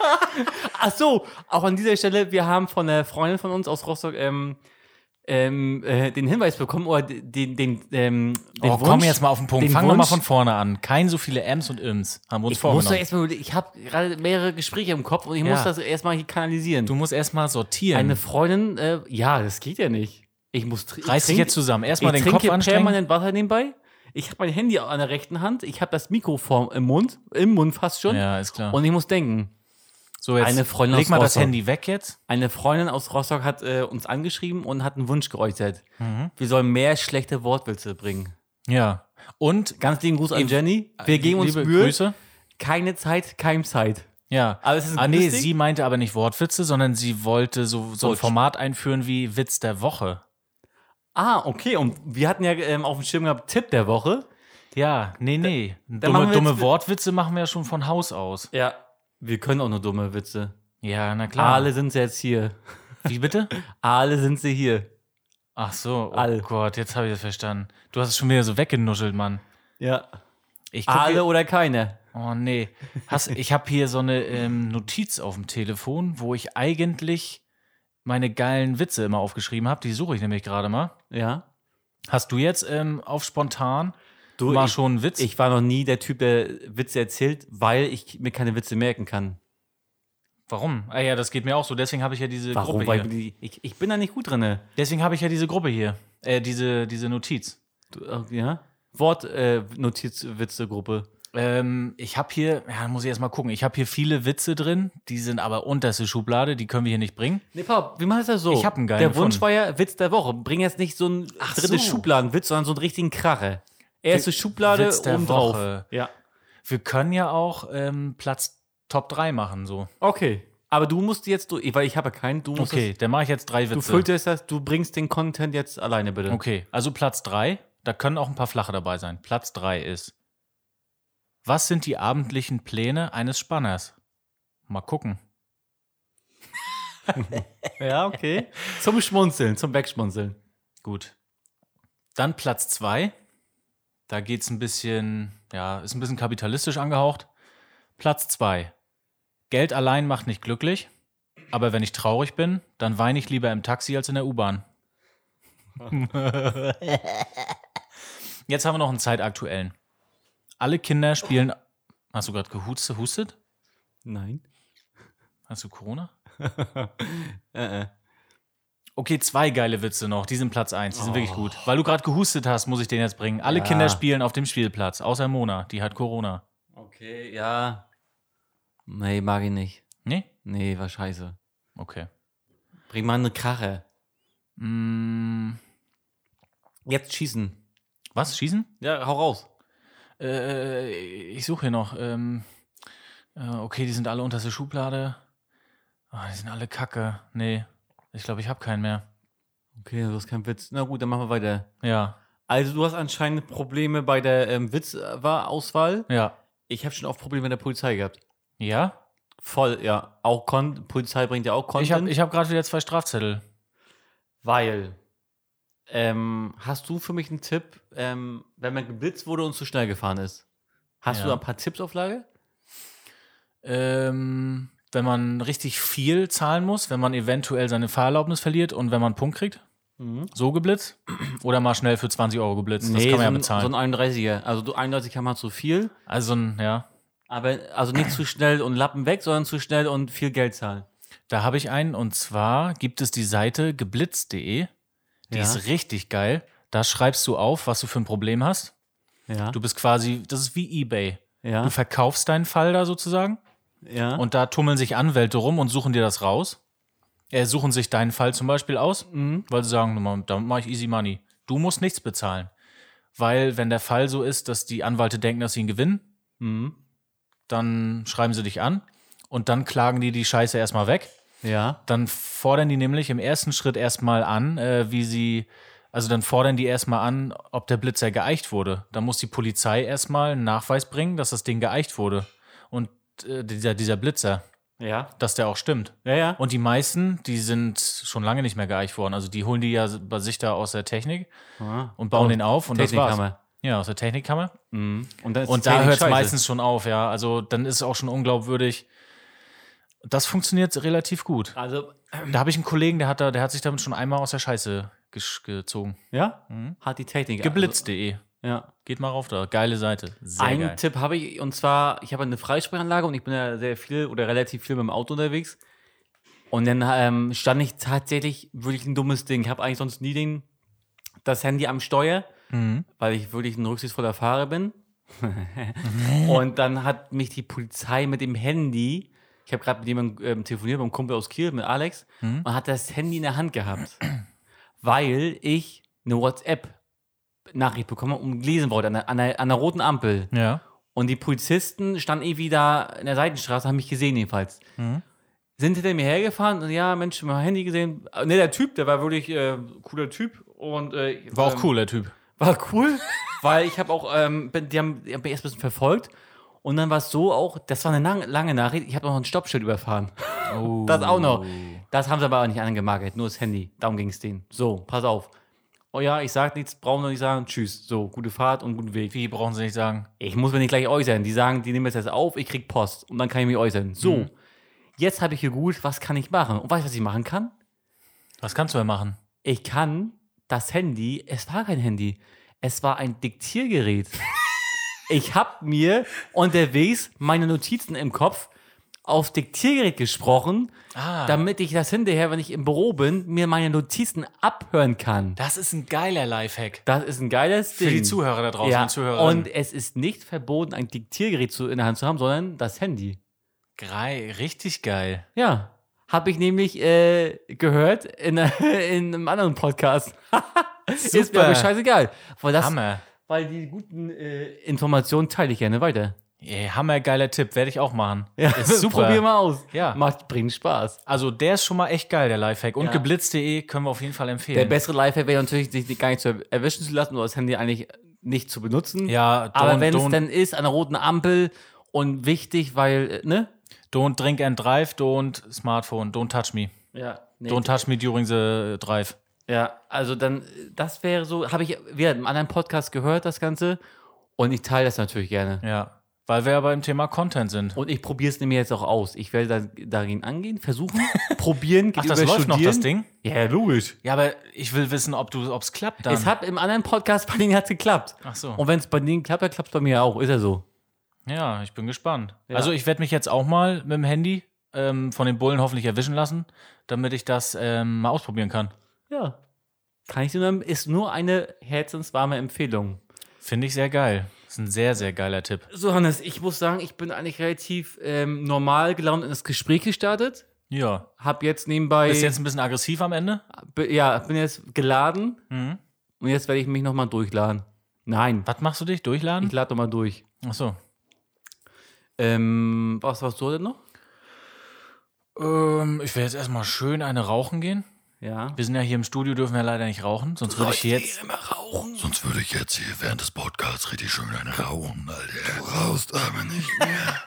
Ach so, auch an dieser Stelle, wir haben von einer Freundin von uns aus Rostock ähm, ähm, äh, den Hinweis bekommen, oder den, den, ähm, den oh, komm jetzt mal auf den Punkt. den Fangen wir mal Wunsch- von vorne an. Kein so viele M's und Ims haben wir uns Ich muss doch vorgenommen. erstmal, ich habe gerade mehrere Gespräche im Kopf und ich Ja. muss das erstmal hier kanalisieren. du musst erstmal sortieren. Eine Freundin, äh, ja, das geht ja nicht. Ich muss tr- ich Reiß dich trink- jetzt zusammen. Erstmal ich den trinke Kopf anstrengen. permanent Wasser nebenbei. Ich habe mein Handy an der rechten Hand. Ich habe das Mikrofon im Mund, im Mund fast schon. Ja, ist klar. Und ich muss denken. so, jetzt eine Freundin leg aus mal das Rostock. Handy weg jetzt. Eine Freundin aus Rostock hat äh, uns angeschrieben und hat einen Wunsch geäußert. Wir sollen mehr schlechte Wortwitze bringen. Ja. Und Ganz lieben Gruß an Jenny. Wir geben uns äh, liebe Mühe. Grüße. Keine Zeit, kein Zeit. Ja. Aber es ist ein ah, gutes nee, Ding. sie meinte aber nicht Wortwitze, sondern sie wollte so, so ein Deutsch. Format einführen wie Witz der Woche. Ah, okay. Und wir hatten ja ähm, auf dem Schirm gehabt Tipp der Woche. Ja, nee, nee. machen Dumme, wir dumme jetzt- Wortwitze machen wir ja schon von Haus aus. Ja. Wir können auch nur dumme Witze. Ja, na klar. Alle sind sie jetzt hier. Wie bitte? Alle sind sie hier. Ach so, oh Alle. Gott, jetzt habe ich das verstanden. Du hast es schon wieder so weggenuschelt, Mann. Ja. Ich guck Alle hier- oder keine. Oh nee. Hast, ich habe hier so eine ähm, Notiz auf dem Telefon, wo ich eigentlich meine geilen Witze immer aufgeschrieben habe. Die suche ich nämlich gerade mal. Ja. Hast du jetzt ähm, auf spontan Du, mal ich, schon einen Witz? ich war noch nie der Typ, der Witze erzählt, weil ich mir keine Witze merken kann. Warum? Ah ja, das geht mir auch so. Deswegen habe ich ja diese Warum? Gruppe Weil hier. ich, ich, ich bin da nicht gut drin. Deswegen habe ich ja diese Gruppe hier. Äh, diese, diese Notiz. Du, äh, ja? äh, Wortnotizwitzegruppe. Ähm, ich habe hier, ja, muss ich erst mal gucken. Ich habe hier viele Witze drin, die sind aber unterste Schublade, die können wir hier nicht bringen. nee, Pap, wie machst du das so? Ich hab einen geilen Der Wunsch gefunden. war ja Witz der Woche. Bring jetzt nicht so einen Ach so. dritte Schubladenwitz, sondern so einen richtigen Krache. Erste Schublade Witz der oben drauf. Woche. Ja. Wir können ja auch ähm, Platz Top 3 machen, so. Okay. Aber du musst jetzt, du, weil ich habe keinen, du musst Okay, dann mache ich jetzt drei das, du Witze. filterst das, du bringst den Content jetzt alleine bitte. okay, also Platz 3, da können auch ein paar flache dabei sein. Platz 3 ist. Was sind die abendlichen Pläne eines Spanners? Mal gucken. Ja, okay. zum Schmunzeln, zum Wegschmunzeln. Gut. Dann Platz 2. Da geht es ein bisschen, ja, ist ein bisschen kapitalistisch angehaucht. Platz 2. Geld allein macht nicht glücklich, aber wenn ich traurig bin, dann weine ich lieber im Taxi als in der U-Bahn. Jetzt haben wir noch einen zeitaktuellen. Alle Kinder spielen. Hast du gerade gehustet? Hustet? Nein. Hast du Corona? Äh, äh. Okay, zwei geile Witze noch. Die sind Platz eins. Die sind wirklich Oh. gut. Weil du gerade gehustet hast, muss ich den jetzt bringen. Alle Ja. Kinder spielen auf dem Spielplatz, außer Mona. Die hat Corona. Okay, ja. Nee, mag ich nicht. Nee? Nee, war scheiße. Okay. Bring mal eine Krache. Mm, Jetzt schießen. was? Schießen? Ja, hau raus. Äh, ich suche hier noch. Ähm, äh, okay, die sind alle unter der Schublade. Ah, die sind alle kacke. Nee, ich glaube, ich habe keinen mehr. Okay, das ist kein Witz. Na gut, dann machen wir weiter. Ja, Also du hast anscheinend Probleme bei der ähm, Witzauswahl. ja. Ich habe schon oft Probleme mit der Polizei gehabt. Ja? Voll, ja. Auch Kon Polizei bringt ja auch Content. Ich habe ich hab gerade wieder zwei Strafzettel. Weil, ähm, hast du für mich einen Tipp, ähm, wenn man geblitzt wurde und zu schnell gefahren ist? Hast Ja. du ein paar Tipps auf Lage? Ähm, wenn man richtig viel zahlen muss, wenn man eventuell seine Fahrerlaubnis verliert und wenn man einen Punkt kriegt, Mhm. so geblitzt oder mal schnell für 20 Euro geblitzt. das kann man so ja ein- bezahlen. So ein 31er. Also du 31 km zu viel, also, so ein, ja. aber also nicht zu schnell und Lappen weg, sondern zu schnell und viel Geld zahlen. Da habe ich einen und zwar gibt es die Seite geblitzt.de. Die Ja. ist richtig geil. Da schreibst du auf, was du für ein Problem hast. Ja. Du bist quasi, das ist wie eBay. ja. Du verkaufst deinen Fall da sozusagen ja. und da tummeln sich Anwälte rum und suchen dir das raus. Äh, suchen sich deinen Fall zum Beispiel aus, Mhm. weil sie sagen, "Ma- damit mache ich easy money. Du musst nichts bezahlen. Weil wenn der Fall so ist, dass die Anwälte denken, dass sie ihn gewinnen, Mhm. dann schreiben sie dich an und dann klagen die die Scheiße erstmal weg. ja. Dann fordern die nämlich im ersten Schritt erstmal an, äh, wie sie, also dann fordern die erstmal an, ob der Blitzer geeicht wurde. Dann muss die Polizei erstmal einen Nachweis bringen, dass das Ding geeicht wurde. Und äh, dieser, dieser Blitzer, Ja. dass der auch stimmt. Ja, ja. Und die meisten, die sind schon lange nicht mehr geeicht worden. Also die holen die ja bei sich da aus der Technik Ah. und bauen den auf und das war's. Technikkammer. Ja, aus der Technikkammer. Mhm. Und dann ist Und die da Technik hört es scheiße. meistens schon auf, ja. Also dann ist es auch schon unglaubwürdig. Das funktioniert relativ gut. Also, Da habe ich einen Kollegen, der hat, da, der hat sich damit schon einmal aus der Scheiße gesch- gezogen. ja, hat die Technik. Geblitzt.de. Also, ja. Geht mal rauf da. Geile Seite. Sehr Einen geil. Tipp habe ich, und zwar, ich habe eine Freisprechanlage und ich bin ja sehr viel oder relativ viel mit dem Auto unterwegs. Und dann ähm, stand ich tatsächlich wirklich ein dummes Ding. Ich habe eigentlich sonst nie den, das Handy am Steuer, weil ich wirklich ein rücksichtsvoller Fahrer bin. und dann hat mich die Polizei mit dem Handy, ich habe gerade mit jemandem ähm, telefoniert, mit einem Kumpel aus Kiel, mit Alex, Mhm. und hat das Handy in der Hand gehabt, weil ich eine WhatsApp-Nachricht bekommen habe und gelesen wurde an der, an der, an der roten Ampel. Ja. Und die Polizisten standen irgendwie da in der Seitenstraße, haben mich gesehen jedenfalls. Mhm. Sind hinter mir hergefahren und ja, Mensch, mein Handy gesehen. Äh, Ne, der Typ, der war wirklich äh, cooler Typ. Und, äh, War ähm, auch cool, der Typ. War cool, weil ich habe auch, ähm, bin- die haben, die haben mich erst ein bisschen verfolgt. Und dann war es so auch, das war eine lang, lange Nachricht, ich habe noch ein Stoppschild überfahren. Das auch noch. Das haben sie aber auch nicht angemarkert, nur das Handy. Darum ging es denen. So, pass auf. Oh ja, ich sag nichts, brauchen wir nicht sagen. Tschüss. So, gute Fahrt und guten Weg. Wie brauchen sie nicht sagen? Ich muss mir nicht gleich äußern. Die sagen, die nehmen das jetzt auf, ich krieg Post und dann kann ich mich äußern. So, jetzt habe ich gegoogelt, was kann ich machen? Und weißt du, was ich machen kann? Was kannst du denn machen? Ich kann das Handy, es war kein Handy, es war ein Diktiergerät. ich habe mir unterwegs meine Notizen im Kopf auf Diktiergerät gesprochen, Ah. damit ich das hinterher, wenn ich im Büro bin, mir meine Notizen abhören kann. Das ist ein geiler Lifehack. Das ist ein geiles Für Ding. die Zuhörer da draußen, Ja, die Zuhörerinnen. und es ist nicht verboten, ein Diktiergerät zu, in der Hand zu haben, sondern das Handy. Grei, richtig geil. Ja. Habe ich nämlich äh, gehört in, in einem anderen Podcast. Ist mir Super. aber scheißegal. Weil, das, Hammer. weil die guten äh, Informationen teile ich gerne weiter. Ey, hammergeiler Tipp, werde ich auch machen. ist super. Probier mal aus. Ja. Macht, bringt Spaß. Also der ist schon mal echt geil, der Lifehack. Und Ja. geblitz.de können wir auf jeden Fall Der empfehlen. bessere Lifehack wäre natürlich, sich nicht- gar nicht zu erwischen zu lassen oder das Handy eigentlich nicht zu benutzen. ja, aber don't- wenn es don't- dann ist, an der roten Ampel und wichtig, weil, äh, ne? Don't drink and drive, don't Smartphone, don't touch me. Ja. Nee, Don't touch me during the drive. Ja, also dann, das wäre so, habe ich wieder im anderen Podcast gehört, das Ganze. Und ich teile das natürlich gerne. Ja. Weil wir ja beim Thema Content sind. Und ich probiere es nämlich jetzt auch aus. Ich werde da, dagegen angehen, versuchen, probieren, Ach, das läuft noch, das Ding? Ja, logisch. Ja, aber ich will wissen, ob du, ob's klappt dann. Es hat um im anderen Podcast bei denen hat's geklappt. Ach so. Und wenn es bei denen klappt, dann klappt es bei mir auch. Ist ja so. ja, ich bin gespannt. Also ich werde mich jetzt auch mal mit dem Handy ähm, von den Bullen hoffentlich erwischen lassen, damit ich das ähm, mal ausprobieren kann. Ja. Kann ich dir nur, ist nur eine herzenswarme Empfehlung. Finde ich sehr geil. Ist ein sehr, sehr geiler Tipp. So, Hannes, ich muss sagen, ich bin eigentlich relativ ähm, normal gelaunt in das Gespräch gestartet. Ja. Hab jetzt nebenbei. Ist jetzt ein bisschen aggressiv am Ende? Be- ja, bin jetzt geladen Mhm. und jetzt werde ich mich nochmal durchladen. Nein, Was machst du dich? ich Durchladen? lade nochmal durch. Ach so. Ähm, was warst du denn noch? Ähm, ich werde jetzt erstmal schön eine rauchen gehen. Ja. Wir sind ja hier im Studio, dürfen wir leider nicht rauchen, sonst würde ich jetzt. immer rauchen. Sonst würde ich jetzt hier während des Podcasts richtig schön eine rauchen, Alter. Du rauchst aber nicht mehr.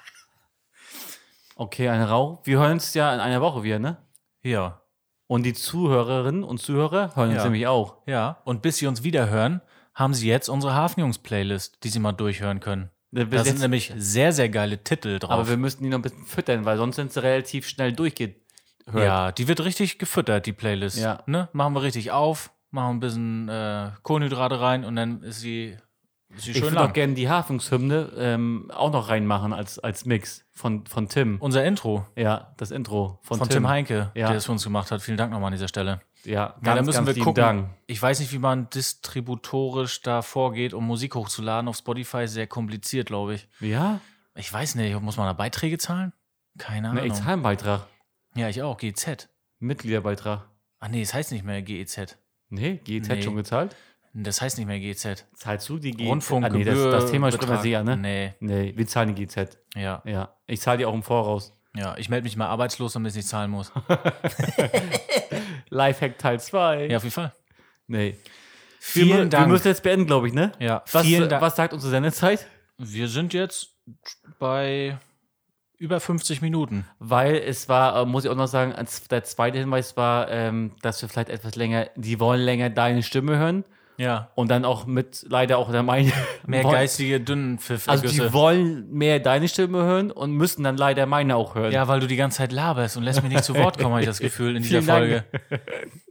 Okay, eine Rauch. Wir hören es ja in einer Woche wieder, ne? Ja. Und die Zuhörerinnen und Zuhörer hören uns Ja. nämlich auch. Ja, und bis Sie uns wieder hören, haben Sie jetzt unsere Hafenjungs-Playlist, die Sie mal durchhören können. Ne, bis Da sind jetzt- nämlich sehr, sehr geile Titel drauf. aber wir müssen die noch ein bisschen füttern, weil sonst sind sie relativ schnell durchgehört. ja, die wird richtig gefüttert, die Playlist. Ja. Ne? Machen wir richtig auf, machen ein bisschen äh, Kohlenhydrate rein und dann ist sie, ist sie Ich schön würde auch lang. gerne die Hafenshymne ähm, auch noch reinmachen als, als Mix von, von Tim. Unser Intro ja, das Intro von, von Tim, Heinke, Ja. der es für uns gemacht hat. Vielen Dank nochmal an dieser Stelle. Ja, ganz, ja, da müssen ganz wir lieben gucken. Dank. Ich weiß nicht, wie man distributorisch da vorgeht, um Musik hochzuladen auf Spotify. Sehr kompliziert, glaube ich. Ja, Ich weiß nicht, muss man da Beiträge zahlen? Keine ne, Ahnung. ich zahle einen Beitrag. ja, ich auch. GZ. Mitgliederbeitrag. Ah nee, es heißt nicht mehr GEZ. Nee, GEZ Nee. schon gezahlt. Das heißt nicht mehr GEZ. Zahlst du die GEZ? Rundfunk, ah, nee, das, Gebühr, das Thema sprechen wir Betrag. sicher, ne? Nee, Nee, wir zahlen die GEZ. ja. Ja, ich zahle die auch im Voraus. Ja, ich melde mich mal arbeitslos, damit ich nicht zahlen muss. Lifehack Teil 2. Ja, auf jeden Fall. Nee. Wir mu- Vielen Dank. Wir müssen jetzt beenden, glaube ich, ne? ja, Was, vielen äh, Dank. was sagt unsere Sendezeit? Wir sind jetzt bei über 50 Minuten. Weil es war, äh, muss ich auch noch sagen, als der zweite Hinweis war, ähm, dass wir vielleicht etwas länger, die wollen länger deine Stimme hören Ja. und dann auch mit, leider auch der meine. Mehr wollen- geistige Dünnpfiff. Also die wollen mehr deine Stimme hören und müssen dann leider meine auch hören. ja, weil du die ganze Zeit laberst und lässt mich nicht zu Wort kommen, habe ich das Gefühl, in dieser Vielen Dank. Folge.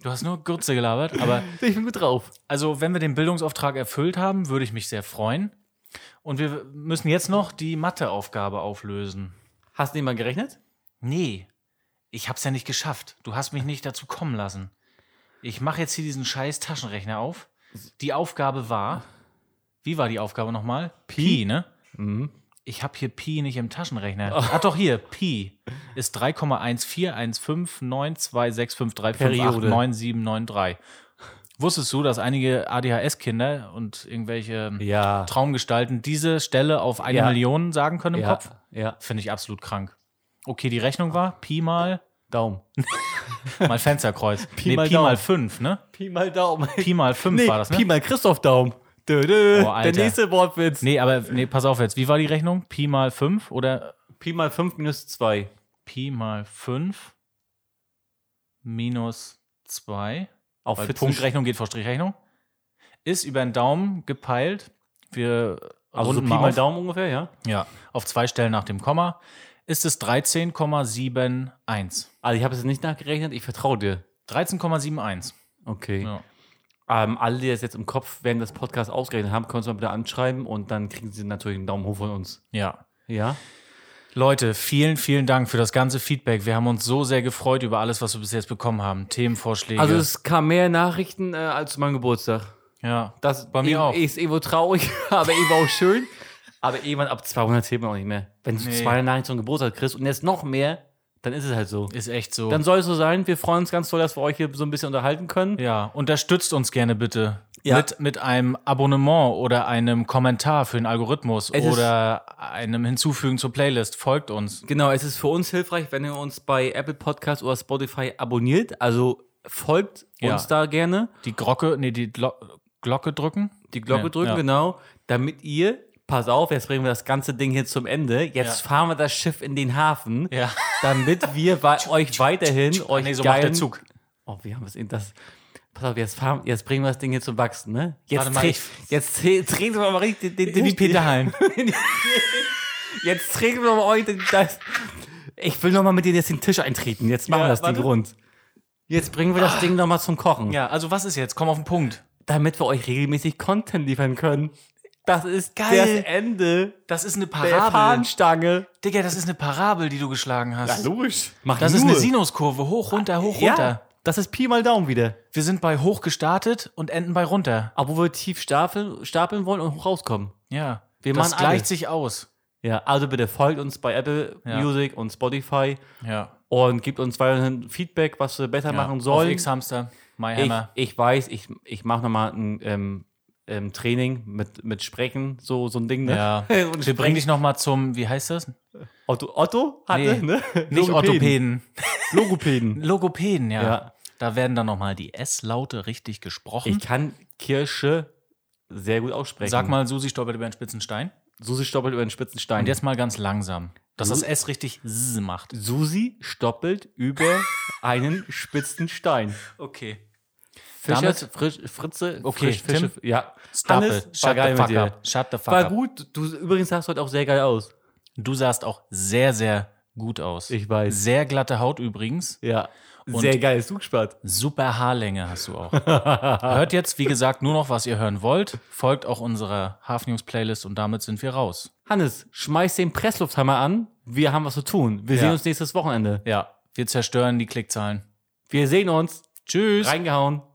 Du hast nur Gürze gelabert, aber Ich bin mit drauf. also wenn wir den Bildungsauftrag erfüllt haben, würde ich mich sehr freuen. Und wir müssen jetzt noch die Matheaufgabe auflösen. Hast du nicht mal gerechnet? Nee, ich hab's ja nicht geschafft. Du hast mich nicht dazu kommen lassen. Ich mache jetzt hier diesen scheiß Taschenrechner auf. Die Aufgabe war. Wie war die Aufgabe nochmal? Pi, ne? Mhm. Ich habe hier Pi nicht im Taschenrechner. Oh. Ah, doch, hier, Pi ist 3,141592653589793. Wusstest du, dass einige ADHS-Kinder und irgendwelche Ja. Traumgestalten diese Stelle auf eine Ja. Million sagen können im Ja. Kopf? Ja. Finde ich absolut krank. Okay, die Rechnung war Pi mal, Daumen. mal Fensterkreuz. Pi, nee, mal Pi Daumen. mal 5, ne? Pi mal Daumen. Pi mal 5 nee, war das, ne? Pi mal Christoph Daumen. Dö, dö. Oh, Alter. der nächste Wortwitz. nee, aber nee, pass auf jetzt. Wie war die Rechnung? Pi mal 5 oder Pi mal 5 minus 2. Pi mal 5 minus 2? Auf Weil 14 Punktrechnung geht vor Strichrechnung. Ist über den Daumen gepeilt. Wir Also so runden Pi mal auf. Daumen ungefähr, ja? Ja, auf zwei Stellen nach dem Komma. Ist es 13,71. Also ich habe es nicht nachgerechnet, ich vertraue dir. 13,71. Okay. Ja. Ähm, alle, die das jetzt im Kopf während des Podcasts ausgerechnet haben, können uns mal bitte anschreiben und dann kriegen sie natürlich einen Daumen hoch von uns. ja. Ja? Leute, vielen, vielen Dank für das ganze Feedback. Wir haben uns so sehr gefreut über alles, was wir bis jetzt bekommen haben. Themenvorschläge. Also es kam mehr Nachrichten äh, als zu meinem Geburtstag. ja, Das Bei mir ich, auch. Ist irgendwo traurig, aber irgendwo auch schön. Aber irgendwann ab 200 zählt man auch nicht mehr. Wenn du Nee. 200 Nachrichten zum Geburtstag kriegst und jetzt noch mehr, dann ist es halt so. ist echt so. Dann soll es so sein. Wir freuen uns ganz toll, dass wir euch hier so ein bisschen unterhalten können. ja, unterstützt uns gerne bitte. Ja. Mit, mit einem Abonnement oder einem Kommentar für den Algorithmus Es ist- oder einem Hinzufügen zur Playlist. Folgt uns. Genau, es ist für uns hilfreich, wenn ihr uns bei Apple Podcasts oder Spotify abonniert. Also folgt Ja. uns da gerne, Die Glocke, nee, die Glo Glocke drücken. die Glocke Ja, drücken, ja. genau, damit ihr, pass auf, jetzt bringen wir das ganze Ding hier zum Ende. Jetzt Ja. fahren wir das Schiff in den Hafen, Ja. Ah, damit wir wei- euch weiterhin euch nee, so macht geilen, der Zug. Oh, wir haben es in das. Pass auf, jetzt, fahren, jetzt bringen wir das Ding hier zum Wachsen, ne? Jetzt, Warte mal, tre- ich- jetzt tre- treten wir mal richtig den, den, In die Pedalen. Jetzt treten wir mal euch den, das. Ich will nochmal mit dir jetzt den Tisch eintreten. Jetzt machen Ja, wir das warte. Ding rund. Jetzt bringen wir das Ding nochmal zum Kochen. ja, also was ist jetzt? Komm auf den Punkt. Damit wir euch regelmäßig Content liefern können. Das ist Geil. das Ende Das ist eine der Parabel. Fahnenstange. Digga, das ist eine Parabel, die du geschlagen hast. logisch. Mach das nur. ist eine Sinuskurve. Hoch, runter, hoch, runter. Ja, das ist Pi mal Daumen wieder. Wir sind bei hoch gestartet und enden bei runter. Obwohl wir tief stapeln, stapeln wollen und hoch rauskommen. Ja. Wir das machen alle. gleicht sich aus. Ja, also bitte folgt uns bei Apple Ja. Music und Spotify Ja. und gebt uns weiterhin Feedback, was wir besser machen Auf sollen. X-Hamster, My Ich, Hammer. ich weiß, ich, ich mache nochmal ein ähm, ähm, Training mit, mit Sprechen, so, so ein Ding. Ne? Ja. Und Wir bringen dich nochmal zum, wie heißt das? Otto, Otto hatte, Nee, ne? Nicht Orthopäden. Logopäden. Logopäden, ja. Ja. Da werden dann nochmal die S-Laute richtig gesprochen. Ich kann Kirsche sehr gut aussprechen. Sag mal, Susi stolpert über den spitzen Stein. Susi stoppelt über den spitzen Stein. Und jetzt mal ganz langsam. Dass das S richtig Z macht. Susi stoppelt über einen spitzen Stein. Okay. Fischer, Damit- frisch, Fritze, Okay, frisch, Fische, Tim. ja. Stapel. Hannes, war Shut geil the mit fuck dir. up. Shut the fuck War up. gut. Du übrigens sahst heute auch sehr geil aus. Du sahst auch sehr, sehr gut aus. Ich weiß. Sehr glatte Haut übrigens. Ja. Und- sehr geiles Zugspart. Super Haarlänge hast du auch. Hört jetzt, wie gesagt, nur noch, was ihr hören wollt. Folgt auch unserer Hafenjungs-Playlist und damit sind wir raus. Hannes, schmeiß den Presslufthammer an. Wir haben was zu tun. Wir Ja. sehen uns nächstes Wochenende. Ja, wir zerstören die Klickzahlen. Wir sehen uns. Tschüss. Reingehauen.